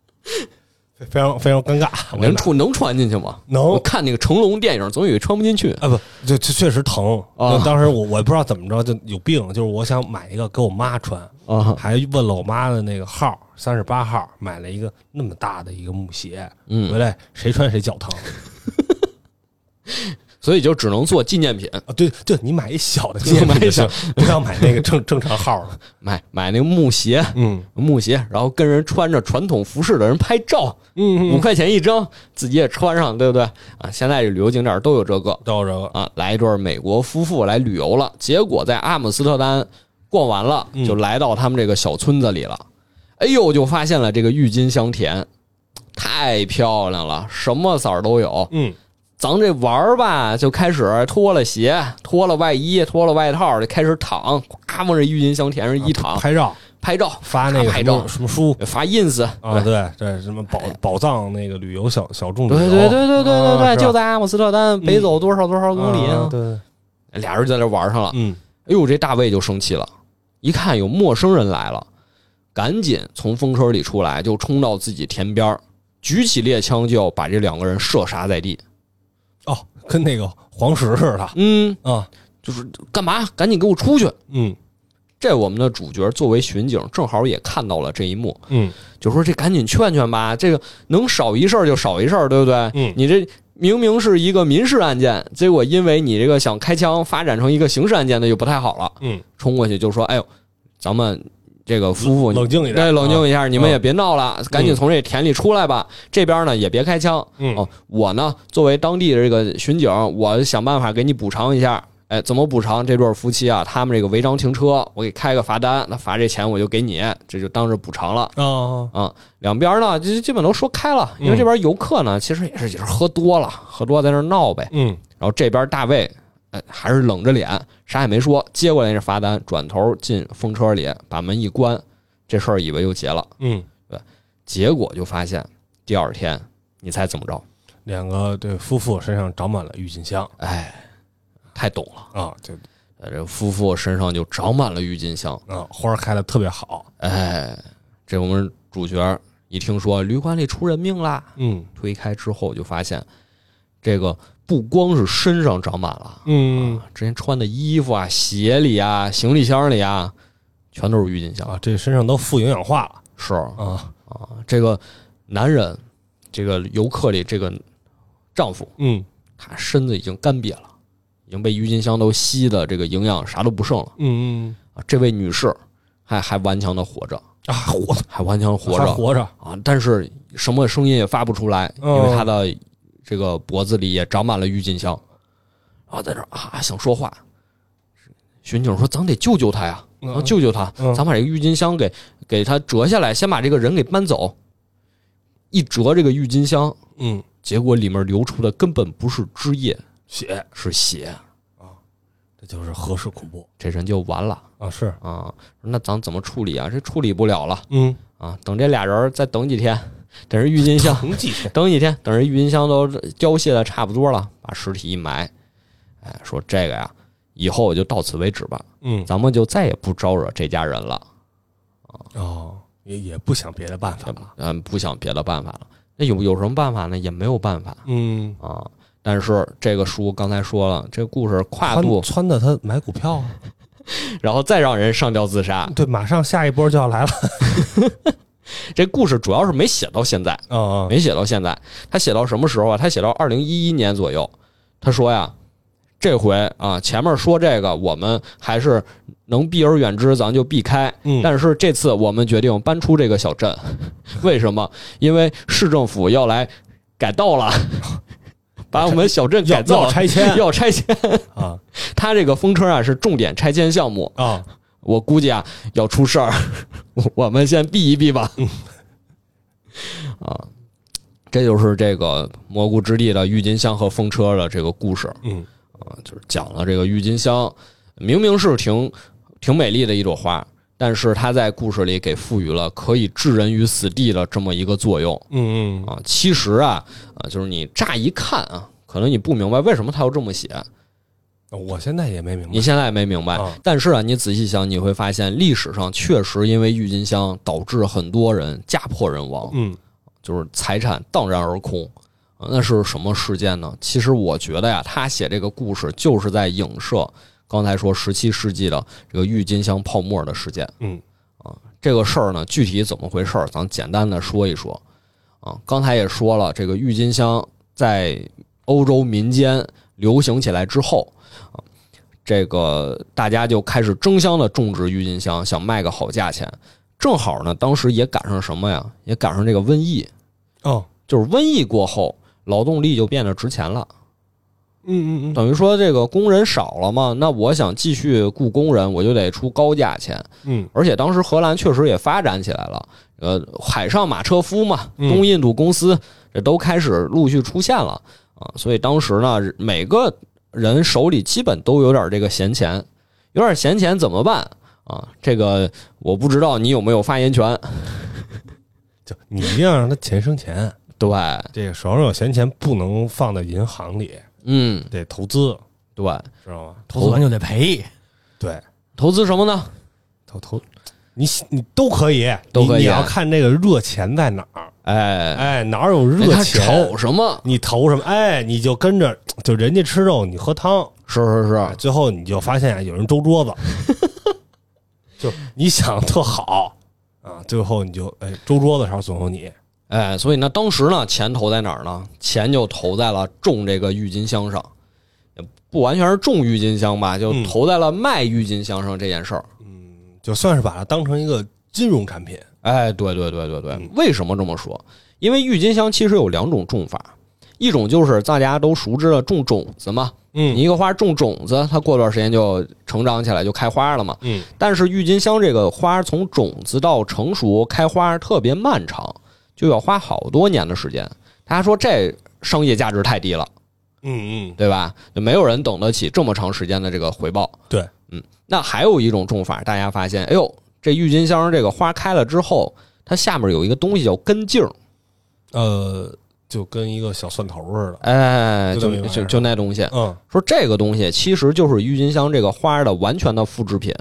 B: (laughs) 非常非常尴尬，我
A: 能
B: 也买了
A: 穿能穿进去吗？
B: 能
A: 我看那个成龙电影，总以为穿不进去。
B: 啊，不，就确确实疼。
A: 啊
B: 当时我我也不知道怎么着就有病，就是我想买一个给我妈穿，
A: 啊
B: 还问了我妈的那个号，三十八号，买了一个那么大的一个木鞋，
A: 嗯
B: 回来谁穿谁脚疼
A: 所以就只能做纪念品，
B: 啊。对对，你买一小的纪念品就行，不要买那个正正常号的。
A: 买买那个木鞋， (laughs)
B: 嗯
A: 木鞋，然后跟人穿着传统服饰的人拍照，
B: 嗯
A: 五块钱一张，自己也穿上，对不对啊？现在这旅游景点都有这个
B: 到这个
A: 啊，来一对美国夫妇来旅游了，结果在阿姆斯特丹逛完了，
B: 嗯
A: 就来到他们这个小村子里了。哎呦，就发现了这个郁金香田，太漂亮了，什么色儿都有。
B: 嗯
A: 咱这玩儿吧，就开始脱了鞋，脱了外衣，脱了外套，就开始躺，咔往这郁金香田上一躺，
B: 拍照
A: 拍照
B: 发那个
A: 啊拍
B: 什
A: 照
B: 么什么书
A: 发 ins
B: 啊，对对，什么宝宝藏那个旅游小小众旅游，
A: 对对对对对对
B: 啊
A: 对，
B: 是吧嗯
A: 就在阿姆斯特丹北走多少多少公里
B: 啊
A: 啊！
B: 对，对
A: 俩人就在这玩上了。
B: 嗯
A: 哎呦，这大卫就生气了，一看有陌生人来了，赶紧从风车里出来，就冲到自己田边儿，举起猎枪就要把这两个人射杀在地。
B: 哦，跟那个黄石似的
A: 嗯，
B: 啊，
A: 就是干嘛？赶紧给我出去！
B: 嗯
A: 这我们的主角作为巡警，正好也看到了这一幕，
B: 嗯
A: 就说这赶紧劝劝吧，这个能少一事儿就少一事儿，对不对？
B: 嗯
A: 你这明明是一个民事案件，结果因为你这个想开枪发展成一个刑事案件，那就不太好了。
B: 嗯，
A: 冲过去就说：“哎呦，咱们这个夫妇，
B: 冷静一点，
A: 对，冷静
B: 啊，
A: 一下，你们也别闹了，赶紧从这田里出来吧。这边呢也别开枪。
B: 嗯
A: 哦，我呢作为当地的这个巡警，我想办法给你补偿一下。哎，怎么补偿？这对夫妻啊，他们这个违章停车，我给开个罚单，那罚这钱我就给你，这就当是补偿了。”
C: 哦
B: 啊，
A: 啊、两边呢就基本都说开了，因为
B: 嗯
A: 这边游客呢其实也是也是喝多了，喝多在那儿闹呗。
B: 嗯
A: 然后这边大卫，呃，还是冷着脸，啥也没说，接过来那罚单，转头进风车里，把门一关，这事儿以为就结了。
B: 嗯，
A: 结果就发现第二天，你猜怎么着？
B: 两个对夫妇身上长满了郁金香
A: 哎，太懂了，
B: 啊，对
A: 呃这夫妇身上就长满了郁金香。
B: 啊，花儿开的特别好，
A: 哎，这我们主角一听说旅馆里出人命啦，
B: 嗯
A: 推开之后就发现，这个不光是身上长满了，
B: 嗯
A: 之前穿的衣服啊、鞋里啊、行李箱里啊，全都是郁金香。
B: 啊，这身上都富营养化了
A: 是啊，
B: 啊，
A: 这个男人，这个游客里这个丈夫，
B: 嗯
A: 他身子已经干瘪了，已经被郁金香都吸的，这个营养啥都不剩了。
B: 嗯嗯
A: 啊这位女士还还顽强的活着，
B: 啊，活
A: 还顽强地活
B: 还
A: 着
B: 活着，
A: 啊，但是什么声音也发不出来，因
B: 嗯
A: 为她的这个脖子里也长满了郁金香。啊，在这儿啊想说话，巡警说：“咱得救救她呀，
B: 嗯
A: 啊救救她，
B: 嗯
A: 咱把这个郁金香给给她折下来，先把这个人给搬走。”一折这个郁金香，
B: 嗯
A: 结果里面流出的根本不是汁液，
B: 血，
A: 是血，
B: 这就是何氏恐怖
A: 这人就完了
B: 啊，是
A: 啊！那咱怎么处理啊？这处理不了了。
B: 嗯，
A: 啊，等这俩人儿再等几天，等人郁金香，
B: 成绩是
A: 等几天，等人郁金香都凋谢的差不多了，把尸体一埋。哎，说这个呀，以后就到此为止吧，
B: 嗯
A: 咱们就再也不招惹这家人了。
B: 哦，也也不想别的办法吧，
A: 嗯，不想别的办法了。那有有什么办法呢？也没有办法
B: 嗯，
A: 啊。但是这个书刚才说了，这故事跨
B: 穿
A: 度，
B: 穿的他买股票啊。
A: 然后再让人上吊自杀。
B: 对，马上下一波就要来了。
A: 这故事主要是没写到现在，
B: 啊
A: 没写到现在。他写到什么时候啊？他写到二零一一年左右。他说呀，这回啊，前面说这个，我们还是能避而远之，咱就避开。
B: 嗯
A: 但是这次我们决定搬出这个小镇， (laughs) 为什么？因为市政府要来改道了， (laughs) 把我们小镇改造
B: 要要拆迁
A: 要拆迁。
B: 啊
A: 他这个风车啊是重点拆迁项目，
B: 啊！
A: 我估计啊要出事儿， (laughs) 我我们先避一避吧。啊，这就是这个蘑菇之地的郁金香和风车的这个故事
B: 嗯
A: 啊，就是讲了这个郁金香明明是挺挺美丽的一朵花，但是它在故事里给赋予了可以置人于死地的这么一个作用
B: 嗯嗯
A: 啊。其实啊啊，就是你乍一看啊，可能你不明白为什么它要这么写，
B: 我现在也没明白
A: 你现在也没明白
B: 啊，
A: 但是啊，你仔细想，你会发现历史上确实因为郁金香导致很多人家破人亡，
B: 嗯
A: 就是财产荡然而空。啊那是什么事件呢？其实我觉得呀，他写这个故事就是在影射刚才说十七世纪的这个郁金香泡沫的事件。
B: 嗯
A: 这个事儿呢，具体怎么回事儿，咱简单的说一说。啊，刚才也说了，这个郁金香在欧洲民间流行起来之后，啊，这个大家就开始争相的种植郁金香，想卖个好价钱。正好呢，当时也赶上什么呀？也赶上这个瘟疫，
B: 哦
A: 就是瘟疫过后，劳动力就变得值钱了。
B: 嗯嗯嗯
A: 等于说这个工人少了嘛，那我想继续雇工人，我就得出高价钱。
B: 嗯
A: 而且当时荷兰确实也发展起来了，呃，海上马车夫嘛，
B: 嗯
A: 东印度公司这都开始陆续出现了啊，所以当时呢，每个人手里基本都有点这个闲钱，有点闲钱怎么办啊？这个我不知道你有没有发言权，
B: 就你一定要让他钱生钱。
A: 对，
B: 这个手上有闲钱不能放在银行里，
A: 嗯，
B: 得投资，
A: 对，
B: 知道吗？
C: 投资完就得赔，
B: 对，
A: 投资什么呢？
B: 投投，你你都可以，
A: 都可以啊
B: 你，你要看这个热钱在哪儿，
A: 哎，
B: 哎，哪儿有
A: 哎
B: 热
A: 他
B: 钱
A: 炒，什么？
B: 你投什么，哎，你就跟着，就人家吃肉，你喝汤，
A: 是是是，
B: 最后你就发现有人周桌子，
A: (laughs)
B: 就你想特好啊，最后你就哎周桌子上总有你，
A: 哎，所以呢，当时呢，钱投在哪儿呢？钱就投在了种这个郁金香上，也不完全是种郁金香吧，就
B: 嗯
A: 投在了卖郁金香上这件事儿。
B: 就算是把它当成一个金融产品。
A: 哎，对对对对
B: 嗯
A: 对，为什么这么说？因为郁金香其实有两种种法，一种就是大家都熟知的种种子嘛，
B: 嗯
A: 你一个花种种子，它过段时间就成长起来，就开花了嘛。
B: 嗯
A: 但是郁金香这个花从种子到成熟开花特别漫长，就要花好多年的时间。大家说这商业价值太低了，
B: 嗯嗯，
A: 对吧？就没有人等得起这么长时间的这个回报。
B: 对，
A: 那还有一种种法，大家发现，哎呦，这郁金香这个花开了之后，它下面有一个东西叫根茎儿，
B: 呃，就跟一个小蒜头似的，
A: 哎，
B: 就
A: 就
B: 那玩意儿
A: 就就那东西，
B: 嗯，
A: 说这个东西其实就是郁金香这个花的完全的复制品，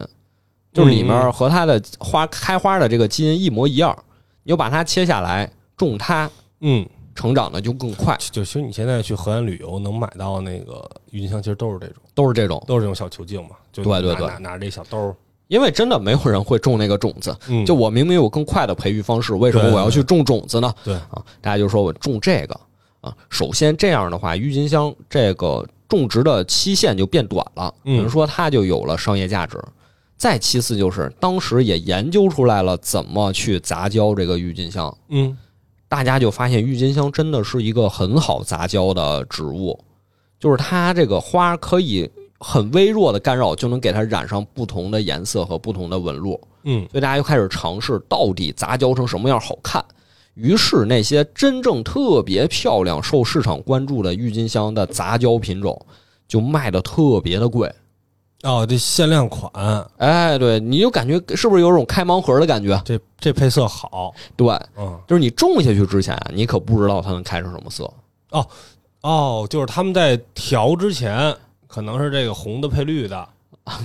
A: 就是里面和它的花开花的这个基因一模一样，你就把它切下来种它，
B: 嗯，
A: 成长的就更快，
B: 就其实你现在去河岸旅游能买到那个郁金香，其实都是这种，
A: 都是这种。
B: 都是这种小球茎嘛，就
A: 对对
B: 拿
A: 对
B: 拿拿着这小兜儿，
A: 因为真的没有人会种那个种子，
B: 嗯，
A: 就我明明有更快的培育方式，为什么我要去种种子呢？
B: 对对
A: 啊，大家就说我种这个啊。首先这样的话，郁金香这个种植的期限就变短了，
B: 嗯
A: 等于说它就有了商业价值。再其次就是当时也研究出来了怎么去杂交这个郁金香，
B: 嗯
A: 大家就发现郁金香真的是一个很好杂交的植物，就是它这个花可以很微弱的干扰就能给它染上不同的颜色和不同的纹路。
B: 嗯
A: 所以大家就开始尝试到底杂交成什么样好看。于是那些真正特别漂亮、受市场关注的郁金香的杂交品种，就卖的特别的贵。
B: 哦，这限量款，
A: 哎，对，你就感觉是不是有种开盲盒的感觉？
B: 这这配色好，
A: 对，
B: 嗯，
A: 就是你种下去之前，啊你可不知道它能开成什么色。 (laughs)
B: 哦，就是他们在调之前可能是这个红的配绿的，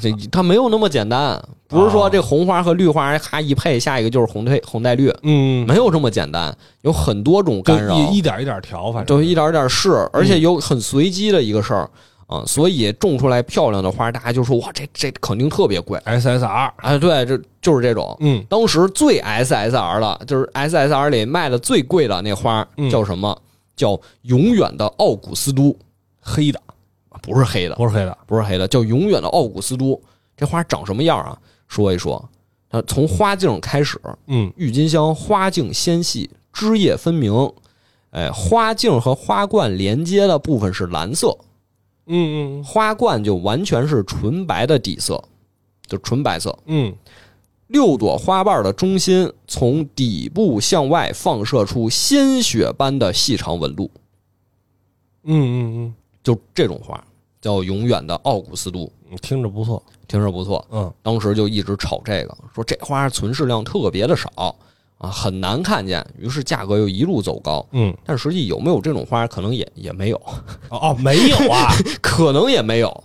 A: 这它没有那么简单，不是说这红花和绿花咔一配，下一个就是红配红带绿，
B: 嗯，
A: 没有这么简单，有很多种
B: 就
A: 干扰。
B: 一一点一点调，反正
A: 对，一点儿一点儿试，而
B: 嗯
A: 且有很随机的一个事儿啊，所以种出来漂亮的花，大家就说哇，这这肯定特别贵。
B: SSR，
A: 哎，对，这就是这种。
B: 嗯
A: 当时最 SSR 的，就是 SSR 里卖的最贵的那花
B: 嗯
A: 叫什么？叫永远的奥古斯都，啊
B: 黑的，
A: 不是黑的，
B: 不是黑的，
A: 不是黑的，叫永远的奥古斯都。这花长什么样啊？说一说。它从花茎开始，
B: 嗯
A: 郁金香花茎纤细，枝叶分明。哎，花茎和花冠连接的部分是蓝色，
B: 嗯嗯
A: 花冠就完全是纯白的底色，就纯白色。
B: 嗯，
A: 六朵花瓣的中心从底部向外放射出鲜血般的细长纹路，
B: 嗯嗯
A: 就这种花叫永远的奥古斯都，
B: 嗯，听着不错，
A: 听着不错。
B: 嗯
A: 当时就一直炒这个，说这花存世量特别的少啊，很难看见，于是价格又一路走高。
B: 嗯，
A: 但实际有没有这种花，可能也也没有， (laughs)
B: 哦哦，没有啊，
A: 可能也没有，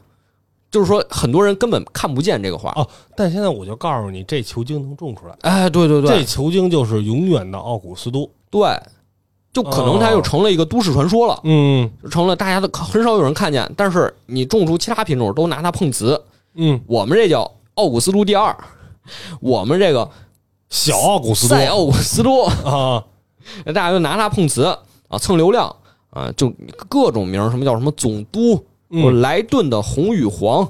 A: 就是说很多人根本看不见这个花。
B: 哦，但现在我就告诉你，这球茎能种出来，
A: 哎，对对
B: 这
A: 对，
B: 球茎就是永远的奥古斯都，
A: 对，就可能它又成了一个都市传说了，
B: 嗯
A: 就成了大家都很少有人看见。但是你种出其他品种都拿它碰瓷，
B: 嗯，
A: 我们这叫奥古斯都第二，我们这个
B: 小奥古斯都
A: 赛奥古斯都。
B: 啊，
A: 大家就拿它碰瓷啊，蹭流量啊，就各种名儿，什么叫什么总督，
B: 嗯
A: 有莱顿的红与黄，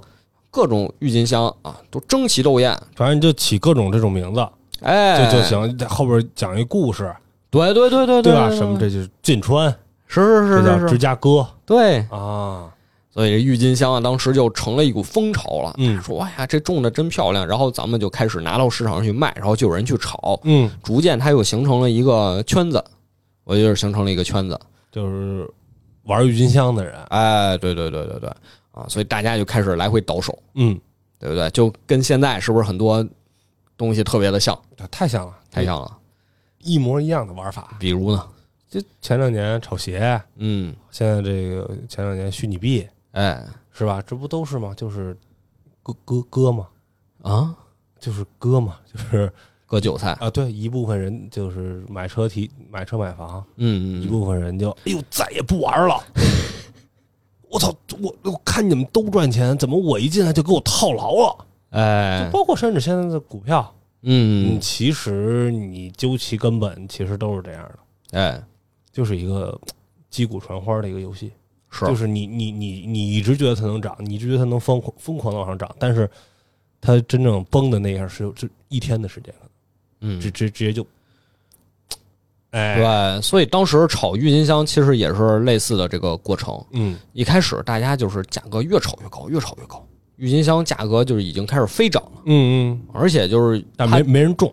A: 各种郁金香啊，都争奇斗艳，
B: 反正就起各种这种名字
A: 哎，
B: 就就。行，在后边讲一故事，
A: 对对对对
B: 对吧？
A: 对
B: 什么这就是晋川，
A: 是是
B: 这
A: 是
B: 叫
A: 是
B: 芝
A: 是，
B: 加哥
A: 对。
B: 啊，
A: 所以这郁金香啊，当时就成了一股风潮了。
B: 嗯
A: 说哎呀，这种的真漂亮，然后咱们就开始拿到市场上去卖，然后就有人去炒，
B: 嗯，
A: 逐渐它又形成了一个圈子，我觉得是形成了一个圈子。
B: 就是玩郁金香的人，
A: 哎，对对对对对，啊，所以大家就开始来回倒手，
B: 嗯，
A: 对不对？就跟现在是不是很多东西特别的像，
B: 太像了，
A: 太像
B: 嗯
A: 了？
B: 一模一样的玩法。
A: 比如呢，
B: 就前两年炒鞋，
A: 嗯，
B: 现在这个前两年虚拟币
A: 哎
B: 是吧？这不都是吗？就是割割割嘛，
A: 啊，
B: 就是割嘛，就是 (laughs)
A: 割韭菜，
B: 啊，对，一部分人就是买车提买车买房，
A: 嗯
B: 一
A: 嗯，
B: 部分人就哎呦再也不玩 (laughs) 了。我操！我我看你们都赚钱，怎么我一进来就给我套牢了？
A: 哎
B: 就，包括甚至现在的股票，
A: 嗯
B: 嗯，，其实你究其根本，其实都是这样的，
A: 哎，
B: 就是一个嘖击鼓传花的一个游戏，
A: 是
B: 就是你你你你一直觉得它能涨，你一直觉得它能疯狂疯狂的往上涨，但是它真正崩的那一下是有就一天的时间，
A: 嗯，
B: 直直直接就，嘖哎，
A: 对，所以当时炒郁金香其实也是类似的这个过程。
B: 嗯
A: 一开始大家就是价格越炒越高，越炒越高，郁金香价格就是已经开始飞涨了，
B: 嗯嗯，
A: 而且就是
B: 但
A: 它
B: 没没人中，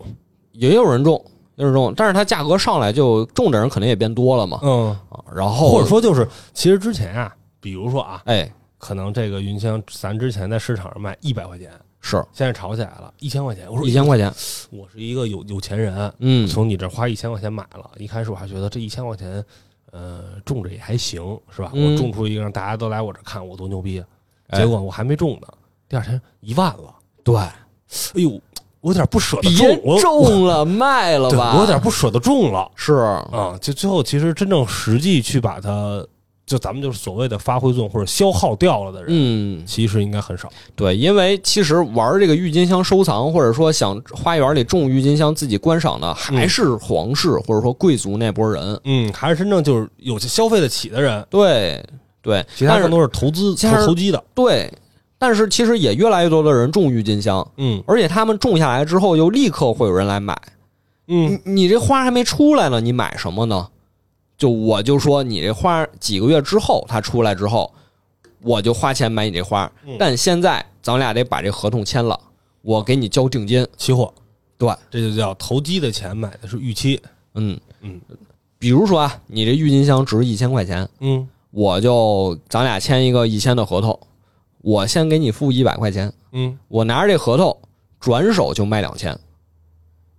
A: 也有人种，也有人种，但是它价格上来就种的人肯定也变多了嘛，
B: 嗯，
A: 啊然后
B: 或者说就是其实之前啊，比如说啊，
A: 哎
B: 可能这个云香咱之前在市场上卖一百块钱，
A: 是
B: 现在炒起来了一千块钱，我说
A: 一千块钱，
B: 我是一个有有钱人。
A: 嗯
B: 从你这儿花一千块钱买了，一开始我还觉得这一千块钱，呃，种着也还行，是吧？
A: 嗯
B: 我种出一个让大家都来我这看我多牛逼啊，
A: 哎
B: 结果我还没种呢，第二天一万了。对，哎呦，我有点不舍得
A: 别
B: 种，我我
A: 种了，卖了
B: 对，
A: 吧？嗯
B: 我有点不舍得种了
A: 是，
B: 啊。就最后其实真正实际去把它，就咱们就是所谓的发挥作用或者消耗掉了的人，
A: 嗯，
B: 其实应该很少。
A: 对，因为其实玩这个郁金香收藏，或者说想花园里种郁金香自己观赏的，还是皇室或者说贵族那波人。
B: 嗯，还是真正就是有消费得起的人，
A: 对对，
B: 其他
A: 但
B: 人
A: 是
B: 都是投资
A: 其他人
B: 投投机的。
A: 对，但是其实也越来越多的人种郁金香，
B: 嗯
A: 而且他们种下来之后，又立刻会有人来买。
B: 嗯
A: 你你这花还没出来呢，你买什么呢？就我就说你这花几个月之后它出来之后，我就花钱买你这花
B: 嗯。
A: 但现在咱俩得把这合同签了，我给你交定金。
B: 期货，
A: 对，
B: 这就叫投机的钱买的是预期。
A: 嗯
B: 嗯，
A: 比如说啊，你这郁金香值一千块钱，
B: 嗯，
A: 我就咱俩签一个一千的合同，我先给你付一百块钱，
B: 嗯，
A: 我拿着这合同转手就卖两千，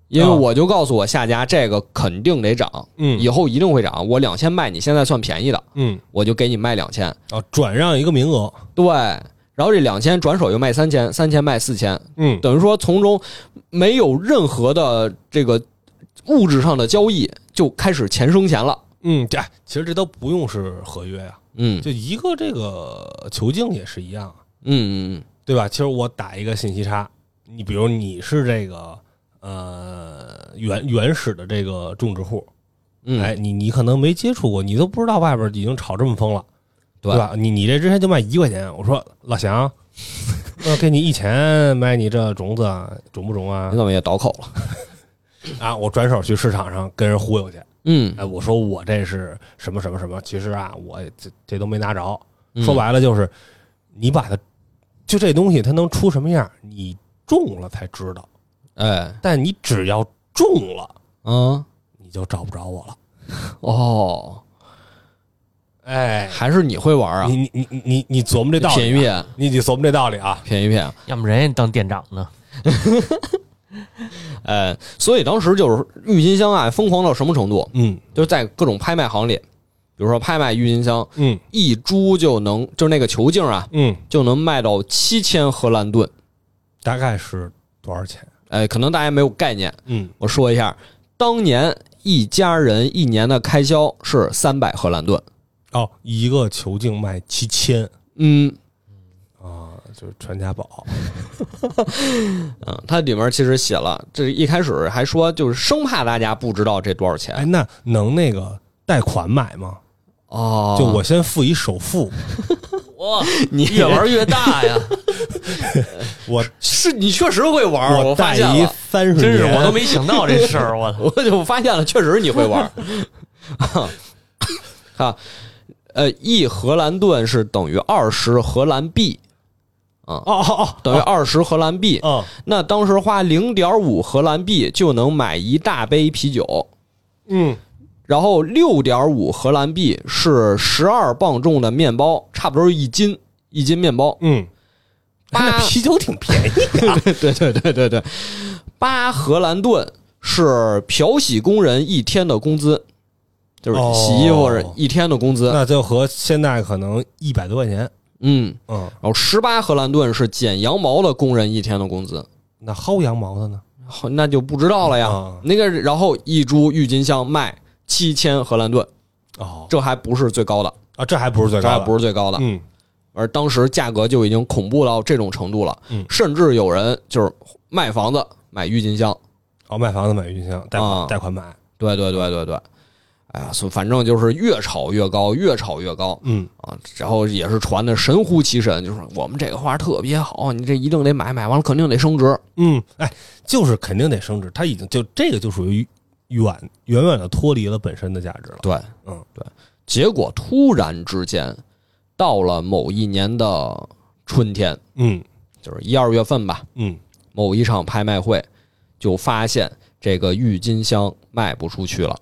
A: 因为
B: 啊
A: 我就告诉我下家这个肯定得涨，
B: 嗯
A: 以后一定会涨，我两千卖你现在算便宜的，
B: 嗯，
A: 我就给你卖两千，
B: 啊，转让一个名额，
A: 对，然后这两千转手又卖三千，三千卖四千，
B: 嗯，
A: 等于说从中没有任何的这个物质上的交易，就开始钱生钱了，
B: 嗯，这哎其实这都不用是合约呀、
A: 嗯
B: 就一个这个球径也是一样啊，
A: 嗯嗯嗯，
B: 对吧？其实我打一个信息差，你比如你是这个呃原原始的这个种植户，
A: 嗯，
B: 哎，你你可能没接触过，你都不知道外边已经炒这么疯了，
A: 对
B: 吧？你你这之前就卖一块钱，我说
A: (laughs)
B: 老祥，我给你一钱买你这种子啊，种不种啊
A: 你？怎么也倒口了？
B: 啊，我转手去市场上跟人忽悠去。
A: 嗯，
B: 哎，我说我这是什么什么什么，其实啊，我这这都没拿着。
A: 嗯
B: 说白了就是，你把它，就这东西它能出什么样，你中了才知道。
A: 哎，
B: 但你只要中了，
A: 嗯，
B: 你就找不着我了。
A: 哦，
B: 哎，
A: 还是你会玩啊？
B: 你你你你你你琢磨这道理、啊，
A: 品一品，
B: 你你琢磨这道理啊。
A: 品一品。
C: 要么人家当店长呢。
A: 哎，所以当时就是郁金香啊，疯狂到什么程度？
B: 嗯
A: 就是在各种拍卖行里，比如说拍卖郁金香，
B: 嗯
A: 一株就能，就是那个球茎啊，
B: 嗯，
A: 就能卖到七千荷兰盾。
B: 大概是多少钱？
A: 哎，可能大家没有概念，
B: 嗯，
A: 我说一下，当年一家人一年的开销是三百荷兰盾。
B: 哦，一个球镜卖七千
A: 嗯
B: 啊，就是传家宝。
A: 哎嗯，它里面其实写了，这一开始还说就是生怕大家不知道这多少钱
B: 哎，那能那个贷款买吗？
A: 哦
B: 就我先付一首付，
C: 哇，
A: 你
C: (laughs) 越玩越大 (laughs) 呀！
B: 我
A: 是你确实会玩儿，我发
B: 贷
A: 现
B: 一
A: 了，
B: 三十年，
C: 真是我都没想到这事 (laughs) 儿，我操！
A: 我就发现了，确实你会 (laughs) 玩儿。啊，呃，一荷兰盾是等于二十荷兰币，
B: 哦哦
A: 等于二十荷兰币。
B: 哦，
A: 那当时花零点五荷兰币就能买一大杯啤酒，
B: 嗯
A: 然后六点五荷兰币是十二磅重的面包，差不多是一斤一斤面
B: (laughs)
A: 包。
B: 嗯，
A: 八 (laughs)
B: 那啤酒挺便宜的，
A: 对对对对对，八荷兰盾是漂洗工人一天的工资，就是
B: 哦
A: 洗衣服人一天的工资。
B: (laughs) 那就和现在可能一百多块钱，
A: 嗯，
B: 嗯，
A: 然后十八荷兰盾是剪羊毛的工人一天的工资，
B: 那薅羊毛的呢？
A: 好那就不知道了呀。
B: 啊
A: 那个，然后一株郁金香卖七千荷兰盾，
B: 哦
A: 这还不是最高的，
B: 啊，这还不是最
A: 这
B: 高
A: 还
B: 的，
A: 不是最高的。
B: 嗯
A: 而当时价格就已经恐怖到这种程度了，
B: 嗯
A: 甚至有人就是卖房子买郁金香。
B: 哦，买房子买郁金香，贷
A: 啊
B: 款贷款买，
A: 对对对对对，哎呀，所以反正就是越炒越高，越炒越高
B: 嗯
A: 啊！然后也是传的神乎其神，就是我们这个花特别好，你这一定得买，买完了肯定得升值。
B: 嗯，哎，就是肯定得升值，它已经就这个就属于远远远的脱离了本身的价值了，
A: 对，
B: 嗯
A: 对。结果突然之间，到了某一年的春天，
B: 嗯
A: 就是一二月份吧，
B: 嗯，
A: 某一场拍卖会，就发现这个郁金香卖不出去了。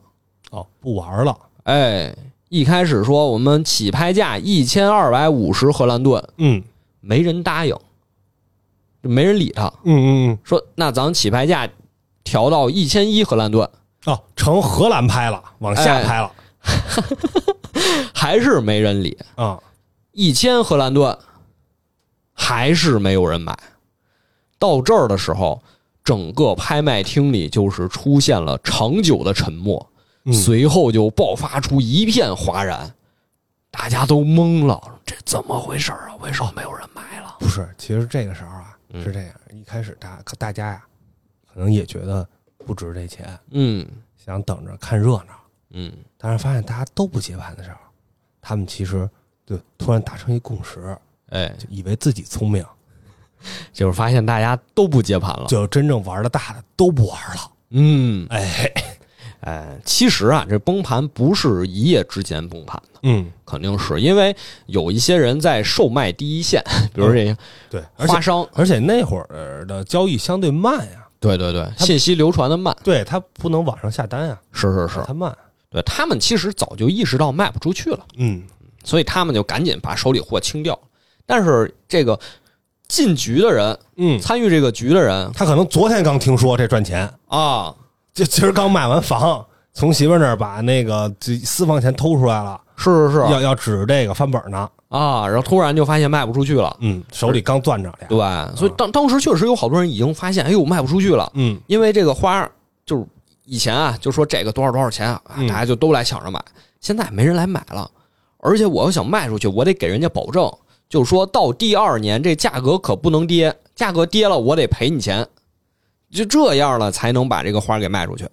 B: 哦，不玩了，
A: 哎，一开始说我们起拍价一千二百五十荷兰盾，
B: 嗯
A: 没人答应，就没人理他。
B: 嗯嗯
A: 说那咱起拍价调到一千一荷兰盾，
B: 嗯，哦，成荷兰拍了，往下
A: 哎
B: 拍了，
A: 还是没人理。
B: 啊，
A: 一千荷兰盾还是没有人买。到这儿的时候，整个拍卖厅里就是出现了长久的沉默，
B: 嗯
A: 随后就爆发出一片哗然，大家都懵了，这怎么回事儿啊？为什么没有人买了？
B: 不是，其实这个时候啊
A: 嗯
B: 是这样，一开始大大家呀，可能也觉得不值这钱，
A: 嗯
B: 想等着看热闹，
A: 嗯
B: 但是发现大家都不接盘的时候，他们其实就突然达成一共识，
A: 哎，
B: 就以为自己聪明，
A: 啊就是发现大家都不接盘了。
B: 就真正玩的大的都不玩了。
A: 嗯，
B: 哎，
A: 哎，其实啊，这崩盘不是一夜之间崩盘的，
B: 嗯，
A: 肯定是因为有一些人在售卖第一线，比如
B: 嗯
A: 这些
B: 对，而且
A: 花商，
B: 而且那会儿的交易相对慢呀，
A: 对对对，
B: 他
A: 信息流传的慢，
B: 对，它不能网上下单呀，
A: 是是是，
B: 它慢。
A: 对他们其实早就意识到卖不出去了，
B: 嗯，
A: 所以他们就赶紧把手里货清掉。但是这个进局的人，
B: 嗯，
A: 参与这个局的人
B: 他可能昨天刚听说这赚钱，
A: 啊，
B: 就今儿刚买完房，从媳妇儿那儿把那个这私房钱偷出来了，
A: 是是是
B: 要要指着这个翻本呢。
A: 啊，然后突然就发现卖不出去了，
B: 嗯，手里刚攥着俩。
A: 对，所以当当时确实有好多人已经发现，哎呦卖不出去了，
B: 嗯
A: 因为这个花儿就是以前啊，就说这个多少多少钱啊，
B: 嗯
A: 大家就都来抢着买。现在没人来买了，而且我要想卖出去，我得给人家保证，就是说到第二年这价格可不能跌，价格跌了我得赔你钱，就这样了才能把这个花儿给卖出去。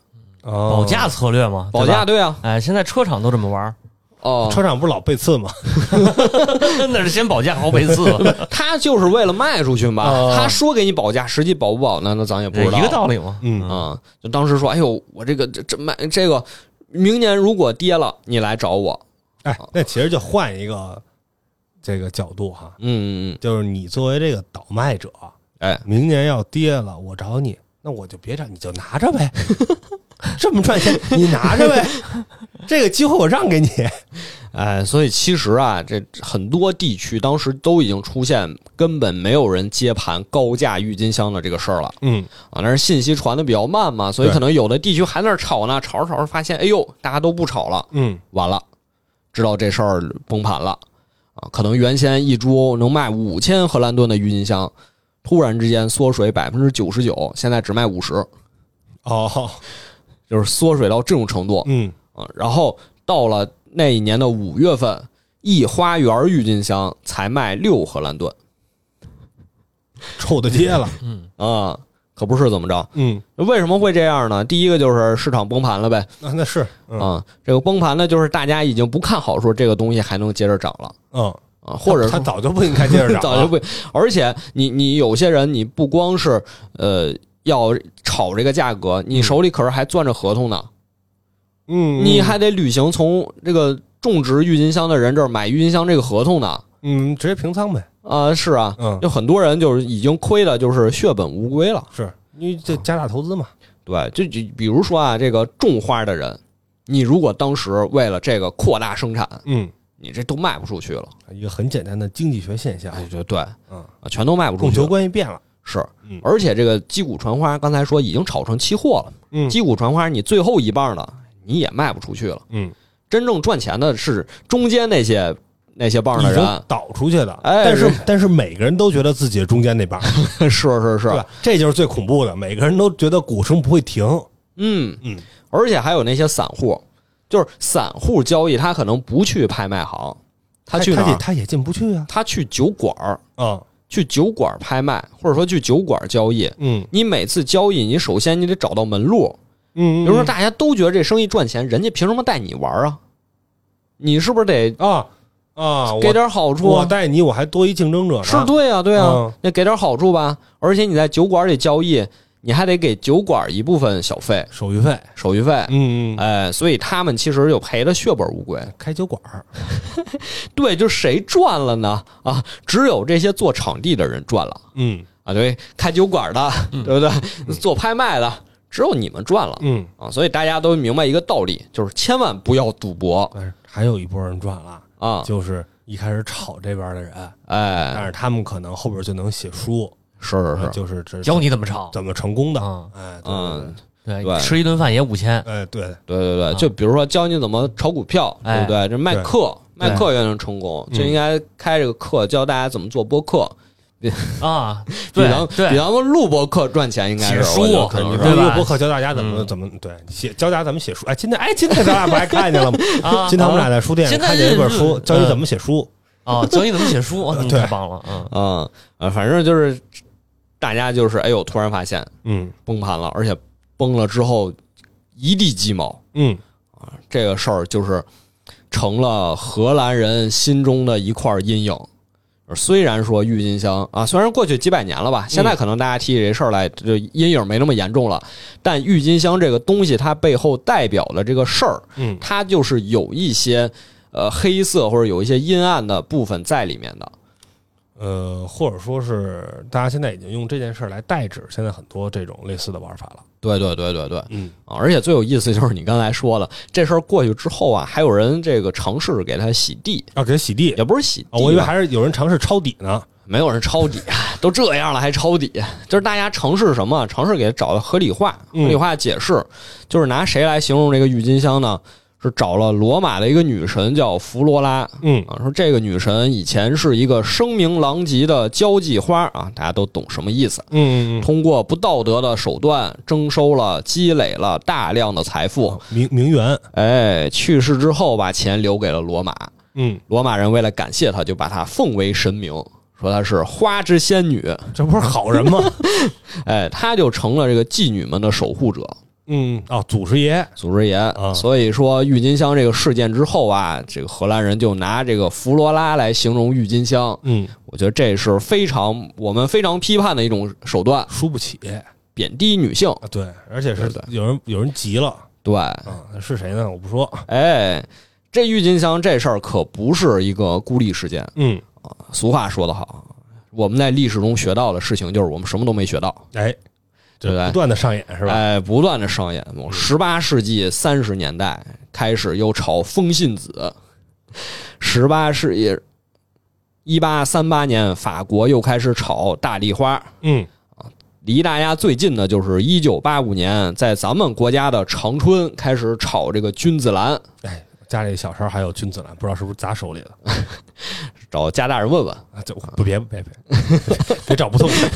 B: 哦
C: 保价策略嘛，
A: 保
C: 对吧
A: 价。对啊，
C: 哎，现在车厂都这么玩儿，
A: 哦，
B: 车厂不是老背刺吗？
C: (laughs) 那是先保价后背 (laughs) 刺，
A: 他就是为了卖出去嘛，
B: 哦
A: 他说给你保价，实际保不保呢？那咱也不
C: 这
A: 知道。
C: 一个道理嘛。
B: 嗯
A: 啊、就当时说，哎呦，我这个这这卖这个，明年如果跌了，你来找我。
B: 哎，那其实就换一个这个角度哈，
A: 嗯嗯嗯，
B: 就是你作为这个倒卖者，
A: 哎，
B: 明年要跌了，我找你，那我就别找，你就拿着呗。 (laughs) 这么赚钱，你拿着呗，这个机会我让给你。
A: 哎，所以其实啊，这很多地区当时都已经出现根本没有人接盘高价郁金香的这个事儿了
B: 嗯，
A: 啊。但是信息传的比较慢嘛，所以
B: 对
A: 可能有的地区还在那儿吵呢，吵着吵着发现，哎呦，大家都不吵了，
B: 嗯，
A: 完了，知道这事儿崩盘了啊。可能原先一株能卖五千荷兰盾的郁金香，突然之间缩水百分之九十九，现在只卖五十，
B: 哦，
A: 就是缩水到这种程度。
B: 嗯，
A: 啊，然后到了那一年的五月份，一花园郁金香才卖六荷兰盾
B: 臭的街了。
A: 啊，可不是怎么着？
B: 嗯，
A: 为什么会这样呢？第一个就是市场崩盘了呗，
B: 那那是，嗯
A: 啊，这个崩盘呢，就是大家已经不看好说这个东西还能接着涨了
B: 嗯，
A: 啊，或者
B: 他
A: 说
B: 早就不应该接着涨，
A: (laughs) 早就，不，而且你你有些人你不光是呃要炒这个价格，你手里可是还攥着合同呢，
B: 嗯，
A: 你还得履行从这个种植郁金香的人这儿买郁金香这个合同呢。
B: 嗯，直接平仓呗。
A: 啊、是啊，
B: 嗯
A: 有很多人就是已经亏的，就是血本无归了。
B: 是因为这加大投资嘛。
A: 对，就就比如说啊，这个种花的人，你如果当时为了这个扩大生产，
B: 嗯，
A: 你这都卖不出去了，
B: 一个很简单的经济学现象，
A: 哎，就对，啊，
B: 嗯，
A: 全都卖不出
B: 供
A: 去
B: 求
A: 了。
B: 关系变了。
A: 是
B: 嗯，
A: 而且这个击鼓传花，刚才说已经炒成期货了。
B: 嗯
A: 击鼓传花，你最后一棒的你也卖不出去了。
B: 嗯，
A: 真正赚钱的是中间那些那些棒的
B: 已
A: 人啊
B: 经，倒出去的，
A: 哎
B: 但是
A: 是
B: 但是每个人都觉得自己是中间那半儿，
A: (laughs) 是啊是
B: 对
A: 是，
B: 吧？这就是最恐怖的，每个人都觉得股声不会停。
A: 嗯
B: 嗯，
A: 而且还有那些散户，就是散户交易，他可能不去拍卖行，他去哪
B: 他也
A: 儿？
B: 他也进不去啊。
A: 他去酒馆儿，
B: 啊，
A: 去酒馆儿拍卖，或者说去酒馆儿交易。
B: 嗯
A: 你每次交易，你首先你得找到门路。比
B: 嗯，
A: 如说，大家都觉得这生意赚钱，人家凭什么带你玩儿啊？你是不是得
B: 啊啊，我
A: 给点好处
B: 我
A: 啊？
B: 带你，我还多一竞争者呢。
A: 是对啊，对啊
B: 嗯，
A: 那给点好处吧。而且你在酒馆里交易，你还得给酒馆一部分小费、
B: 手续费。
A: 手续费。
B: 嗯嗯，
A: 哎，所以他们其实就赔的血本无归。
B: 开酒馆儿
A: 哎对，就谁赚了呢？啊，只有这些做场地的人赚了
B: 嗯
A: 啊，对，开酒馆的，
C: 嗯
A: 对不对？做拍卖的，只有你们赚了
B: 嗯，
A: 啊。所以大家都明白一个道理，就是千万不要赌博
B: 但是还有一波人赚了，
A: 啊！
B: 就是一开始炒这边的人，
A: 哎，
B: 但是他们可能后边就能写书，
A: 是是
B: 啊
A: 是，
C: 哎
B: 就是这
C: 教你怎么炒
B: 怎么成功的
C: 啊。
B: 哎，对对
A: 嗯
B: 对，
A: 对
C: 对，吃一顿饭也五千，
B: 哎，对，
A: 对对对，
C: 啊
A: 就比如说教你怎么炒股票，对
C: 哎
A: 不对？这卖
B: 对
A: 课，卖
C: 对
A: 课也能成功，
C: 嗯
A: 就应该开这个课教大家怎么做播客，
C: 啊，
A: 比
C: 对
A: 咱们比
C: 对，
A: 咱们录播课赚钱应该是
C: 写书
A: 我
B: 哎
A: 觉得可能是
C: 对吧
B: 录播课教大家怎么
C: 嗯
B: 怎么对写教大家怎么写书。哎，今天哎，今天咱俩不还看见了吗？
C: 啊，
B: 今天我们俩在书店
C: 现在
B: 看见一本
C: 日
B: 书，
C: 日
B: 教你怎么写书。
C: 啊，教你怎么写书，哇你
B: 对
C: 太棒了，嗯，
A: 嗯呃，反正就是大家就是哎呦，突然发现
B: 嗯
A: 崩盘了，而且崩了之后一地鸡毛，
B: 嗯，
A: 这个事儿就是成了荷兰人心中的一块阴影。呃虽然说郁金香啊，虽然过去几百年了吧，现在可能大家提起这事儿来，就阴影没那么严重了。但郁金香这个东西，它背后代表的这个事儿，
B: 嗯
A: 它就是有一些呃黑色或者有一些阴暗的部分在里面的。
B: 呃，或者说是大家现在已经用这件事儿来代指现在很多这种类似的玩法了。
A: 对对对对对，
B: 嗯，
A: 啊，而且最有意思就是你刚才说的，这事儿过去之后啊，还有人这个尝试给它洗地，
B: 要啊给洗地
A: 也不是洗地吧、
B: 啊，我以为还是有人尝试抄底呢。
A: 没有人抄底， (laughs) 都这样了还抄底，就是大家尝试什么？尝试给它找到合理化，合
B: 嗯
A: 理化解释，就是拿谁来形容这个郁金香呢？是找了罗马的一个女神叫弗罗拉
B: 嗯
A: 啊，说这个女神以前是一个声名狼藉的交际花啊，大家都懂什么意思。
B: 嗯嗯
A: 通过不道德的手段征收了、积累了大量的财富，
B: 嗯，名名媛。
A: 哎，去世之后把钱留给了罗马，
B: 嗯，
A: 罗马人为了感谢他，就把他奉为神明，说她是花之仙女，
B: 这不是好人吗？
A: 哎，她就成了这个妓女们的守护者。
B: (laughs) 嗯啊，祖师爷。
A: 祖师爷，
B: 啊
A: 所以说郁金香这个事件之后啊，这个荷兰人就拿这个弗罗拉来形容郁金香，
B: 嗯，
A: 我觉得这是非常我们非常批判的一种手段，
B: 输不起啊，
A: 贬低女性。
B: 对，而且
A: 对
B: 是
A: 对
B: 有人有人急了
A: 对，
B: 啊，是谁呢？我不说。
A: 哎，这郁金香这事儿可不是一个孤立事件，
B: 嗯，
A: 俗话说得好，我们在历史中学到的事情就是我们什么都没学到，
B: 哎，
A: 对不
B: 这
A: 对
B: 不断的上演是吧？嗯
A: 哎，不断的上演。十八世纪三十年代开始又炒风信子，十八世纪一八三八年，法国又开始炒大丽花。
B: 嗯
A: 离大家最近的就是一九八五年，在咱们国家的长春开始炒这个君子兰，
B: 哎，家里小时候还有君子兰，不知道是不是砸手里的
A: 找家大人问问。
B: 啊？这不别别别别找不 (laughs) 痛快。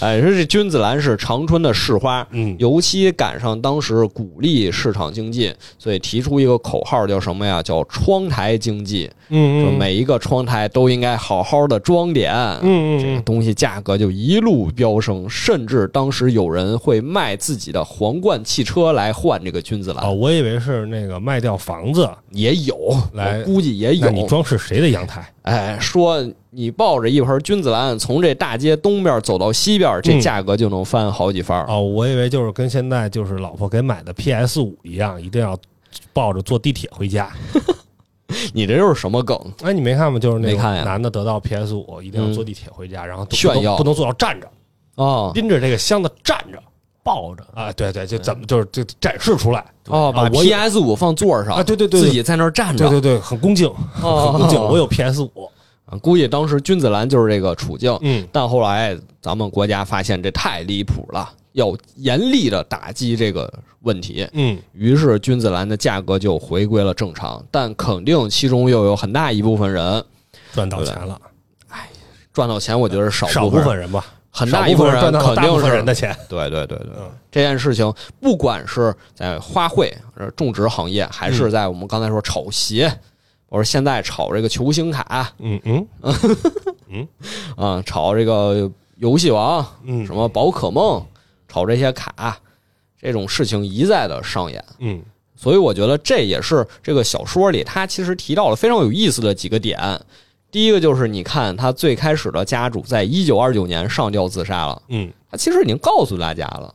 A: 哎，说这君子兰是长春的市花，
B: 嗯
A: 尤其赶上当时鼓励市场经济，所以提出一个口号叫什么呀？叫窗台经济，说
B: 嗯嗯
A: 每一个窗台都应该好好的装点。这个
B: 嗯嗯
A: 东西价格就一路飙升，甚至当时有人会卖自己的皇冠汽车来换这个君子兰，
B: 哦，我以为是那个卖掉房子，
A: 也有，
B: 来
A: 我估计也
B: 那你
A: 有。
B: 装饰谁的阳台？
A: 哎，说你抱着一盆君子兰从这大街东边走到西边，这
B: 嗯
A: 价格就能翻好几番儿。
B: 哦，我以为就是跟现在就是老婆给买的 PS 五一样，一定要抱着坐地铁回家。
A: 你这又是什么梗？
B: 哎，你没看吗？就是那
A: 没
B: 个
A: 看呀
B: 男的得到 PS 五，一定要
A: 嗯
B: 坐地铁回家，然后都不
A: 炫
B: 能
A: 耀
B: 不能坐到站着，
A: 哦
B: 拎着这个箱子站着
C: 抱着
B: 啊，对对，就怎么就是就展示出来
A: 嗯哦，把
B: 啊我有
A: PS 五放座上
B: 啊，对对对，
A: 自
B: 对
A: 己在那儿站着，哦
B: 对对对，很恭敬，很恭敬，我有 PS 五，
A: 啊估计当时君子兰就是这个处境，
B: 嗯
A: 但后来咱们国家发现这太离谱了，要严厉的打击这个问题，
B: 嗯，
A: 于是君子兰的价格就回归了正常，但肯定其中又有很大一部分人
B: 嗯赚到钱了，
A: 赚到钱，我觉得是少
B: 少
A: 部分人，
B: 分人吧，
A: 很
B: 少
A: 大一
B: 部分
A: 人
B: 赚到
A: 肯
B: 大部
A: 定
B: 分
A: 是
B: 人的钱，
A: 对对对对
B: 嗯，
A: 这件事情不管是在花卉、呃种植行业，还
B: 嗯
A: 是在我们刚才说炒鞋，我说现在炒这个球星卡啊、
B: 嗯嗯
A: 炒这个游戏王，
B: 嗯
A: 什么宝可梦，炒这些卡，这种事情一再的上演。
B: 嗯
A: 所以我觉得这也是这个小说里他其实提到了非常有意思的几个点。第一个就是你看他最开始的家主在一九二九年上吊自杀了，
B: 嗯
A: 他啊其实已经告诉大家了，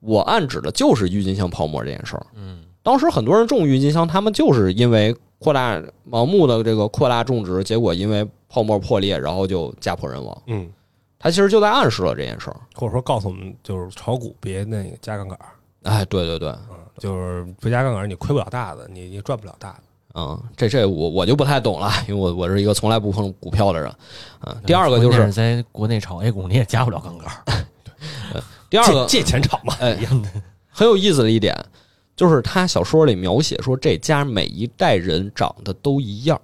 A: 我暗指的就是郁金香泡沫这件事儿。
C: 嗯，
A: 当时很多人种郁金香，他们就是因为扩大盲目的这个扩大种植，结果因为泡沫破裂，然后就家破人亡。
B: 嗯，
A: 他其实就在暗示了这件事儿。
B: 或者说告诉我们就是炒股别那个加杠杆儿，
A: 哎，对对对，
B: 嗯，就是不加杠杆儿你亏不了大的，你你赚不了大的，
A: 嗯，这这我我就不太懂了，因为我我是一个从来不碰股票的人。嗯，第二个就
C: 关键
A: 是
C: 在哎国内炒 A 股，你也加不了杠杆儿，
A: 第二个，
B: 借借钱炒嘛，
A: 哎，很有意思的一点就是他小说里描写说，这家每一代人长得都一样，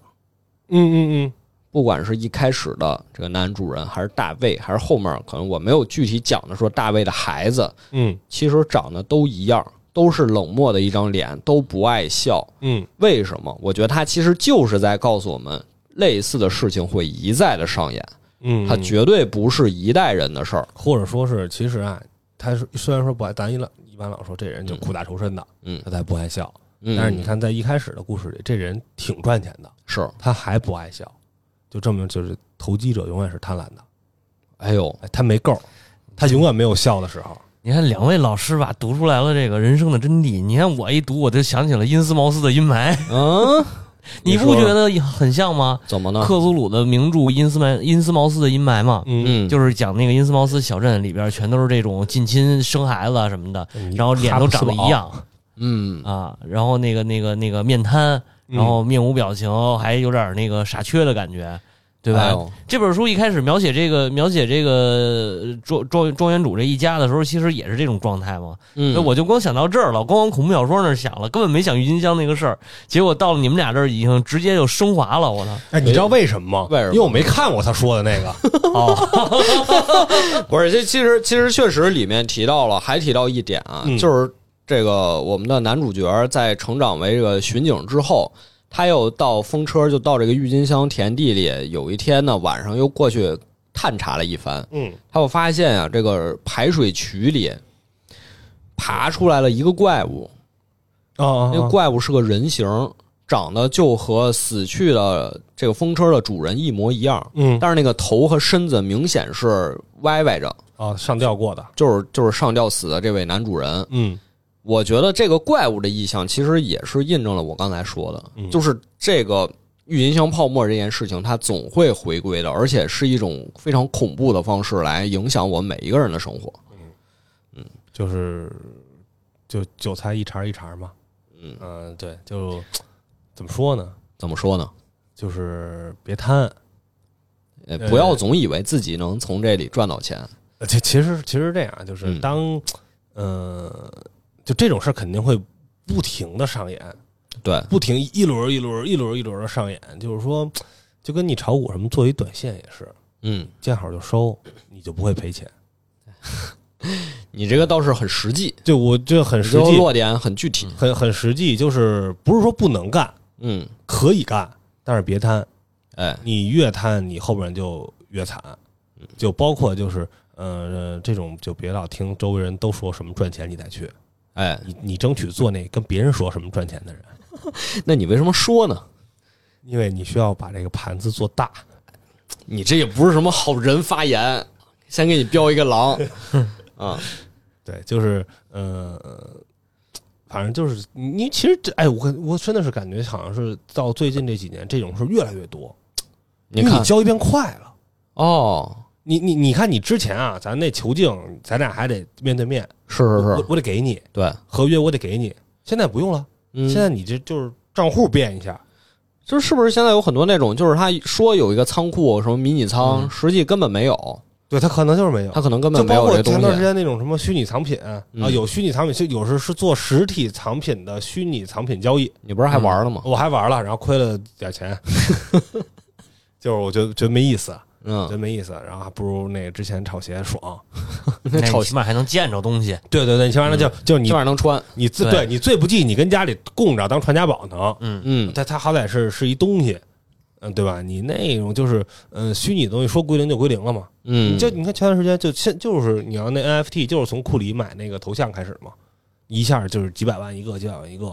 B: 嗯嗯
A: 不管是一开始的这个男主人，还是大卫，还是后面可能我没有具体讲的说大卫的孩子，
B: 嗯
A: 其实长得都一样，都是冷漠的一张脸，都不爱笑。
B: 嗯
A: 为什么？我觉得他其实就是在告诉我们，类似的事情会一再的上演，
B: 嗯
A: 它绝对不是一代人的事儿。
B: 或者说是，其实啊，他是虽然说不爱，咱一老一般老说这人就苦大仇深的，
A: 嗯
B: 他才不爱笑。
A: 嗯，
B: 但是你看，在一开始的故事里，这人挺赚钱的，
A: 是，
B: 他还不爱笑，就证明就是投机者永远是贪婪的，
A: 哎呦，
B: 哎，他没够，他永远没有笑的时候。
C: 你看两位老师吧，读出来了这个人生的真谛。你看我一读，我就想起了因斯茅斯的《阴霾》，
A: 嗯，
C: 你
A: 说嗯
C: 不觉得很像吗？
A: 怎么呢？
C: 克苏鲁的名著《因斯茅因斯茅斯的阴霾》嘛，
B: 嗯，
A: 嗯，
C: 就是讲那个因斯茅斯小镇里边全都是这种近亲生孩子啊什么的，然后脸都长得一样
A: 嗯
C: 啊，然后那个那个那个面瘫，
B: 嗯
C: 然后面无表情，还有点那个傻缺的感觉，对吧？
A: 哎呦
C: 这本书一开始描写这个描写这个呃庄庄庄园主这一家的时候，其实也是这种状态嘛。
A: 嗯，
C: 所以我就光想到这儿了，光往恐怖小说那儿想了，根本没想郁金香那个事儿。结果到了你们俩这儿，已经直接就升华了。我操！
B: 哎，你知道为什么吗？
A: 为什么
B: 因为我没看过他说的那
A: (laughs)
B: 个。
C: 哦，
A: 不是，这其实其实确实里面提到了，还提到一点啊，
B: 嗯
A: 就是这个我们的男主角在成长为这个巡警之后，他又到风车，就到这个郁金香田地里，有一天呢晚上又过去探查了一番，
B: 嗯
A: 他又发现啊，这个排水渠里爬出来了一个怪物，
B: 啊
A: 那个怪物是个人形，长得就和死去的这个风车的主人一模一样，
B: 嗯
A: 但是那个头和身子明显是歪歪着。
B: 啊，上吊过的。
A: 就是就是上吊死的这位男主人。
B: 嗯
A: 我觉得这个怪物的意象其实也是印证了我刚才说的，
B: 嗯
A: 就是这个郁金香泡沫这件事情，它总会回归的，而且是一种非常恐怖的方式来影响我们每一个人的生活。
B: 就是就韭菜一茬一茬嘛。
A: 嗯
B: 嗯，对，就怎么说呢？
A: 怎么说呢？
B: 就是别贪。
A: 呃，
B: 呃
A: 不要总以为自己能从这里赚到钱。
B: 呃其其实其实这样，啊就是
A: 嗯
B: 当呃，就这种事儿肯定会不停的上演，
A: 对，
B: 不停一轮一轮一轮一轮的上演。就是说，就跟你炒股什么做一短线也是，
A: 嗯，
B: 见好就收，你就不会赔钱。
A: 你这个倒是很实际，
B: 就我这很
A: 你
B: 实
A: 这个
B: 际，
A: 落点很具体。
B: 很很实际，就是不是说不能干，
A: 嗯，
B: 可以干，但是别贪。
A: 哎，
B: 你越贪，你后边就越惨。
A: 嗯
B: 就包括就是，呃，这种就别老听周围人都说什么赚钱，你再去，
A: 哎，
B: 你你争取做那跟别人说什么赚钱的人，
A: 那你为什么说呢？
B: 因为你需要把这个盘子做大。
A: 你这也不是什么好人发言，先给你标一个
B: (laughs)
A: 狼啊。
B: 对，就是，呃，反正就是你其实这，哎，我我真的是感觉好像是到最近这几年，这种事越来越多，
A: 你
B: 因为
A: 看
B: 你交易变快了。
A: 哦，
B: 你你你看，你之前啊，咱那球镜，咱俩还得面对面，
A: 是是
B: 我
A: 是，
B: 我得给你
A: 对，
B: 合约，我得给你。现在不用了，
A: 嗯，
B: 现在你这就是账户变一下，
A: 就是是不是现在有很多那种，就是他说有一个仓库什么迷你仓，
C: 嗯
A: 实际根本没有，
B: 对他可能就是没有
A: 他。可能根
B: 就
A: 本没
B: 包
A: 有
B: 括
A: 这东
B: 前段时
A: 西。
B: 间那种什么虚拟藏品啊，
A: 嗯
B: 有虚拟藏品，就有时是做实体藏品的虚拟藏品交易，
A: 你不是还玩了吗？
B: 我还玩了，然后亏了点钱， (laughs) 就是我觉得觉得没意思，觉
A: 嗯，
B: 得没意思，然后还不如那个之前炒鞋爽。
A: (laughs)
C: 那
A: 炒
C: 你哎起码还能见着东西。
B: 对对对，你起码就就
A: 基
B: 你
A: 本上能穿。
B: 你自
C: 对
B: 对你最不济，你跟家里供着当传家宝呢，
C: 嗯，
A: 嗯，
B: 它它好歹是是一东西，嗯，对吧？你那种就是嗯虚拟的东西，说归零就归零了嘛。
A: 嗯，
B: 你就你看前段时间就现就是你要那 NFT 就是从库里买那个头像开始嘛，一下就是几百万一个，几百万一个，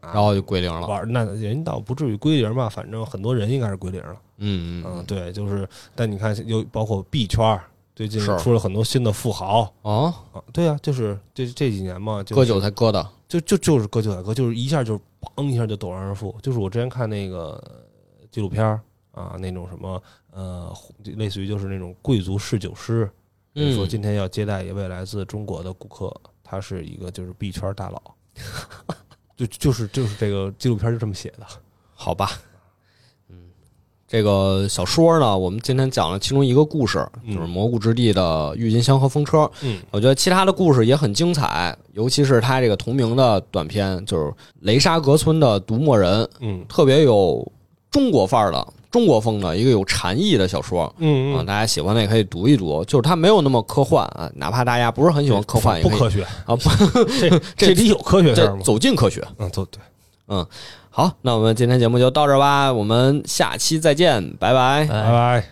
B: 啊、
A: 然后就归零了。
B: 玩那人倒不至于归零吧，反正很多人应该是归零了。
A: 嗯嗯
B: 嗯，对，就是但你看又包括币圈儿最近
A: 是
B: 出了很多新的富豪
A: 哦，
B: 啊，对啊，就是这这几年嘛，就
A: 割韭菜割的。
B: 就就就是割韭菜割，就是一下就是嘣一下就陡然而富。就是我之前看那个呃纪录片儿啊，那种什么呃，就类似于就是那种贵族侍酒师，
A: 嗯
B: 说今天要接待一位来自中国的顾客，他是一个就是币圈大佬， (laughs) 就就是就是这个纪录片就这么写的。
A: 好吧，嗯，这个小说呢，我们今天讲了其中一个故事，
B: 嗯
A: 就是《蘑菇之地》的郁金香和风车。
B: 嗯，
A: 我觉得其他的故事也很精彩，尤其是他这个同名的短篇，就是雷沙格村的独默人，
B: 嗯
A: 特别有中国范儿的、中国风的一个有禅意的小说。
B: 嗯
A: 啊，大家喜欢的也可以读一读，就是它没有那么科幻啊，哪怕大家不是很喜欢科幻，也
B: 不
A: 可以
B: 科学
A: 啊不，
B: (laughs) 这这里有科学事儿
A: (laughs) 这
B: 吗？
A: 走进科学。
B: 嗯，走对，
A: 嗯，好，那我们今天节目就到这儿吧，我们下期再见，拜拜。
C: 哎
B: 拜拜。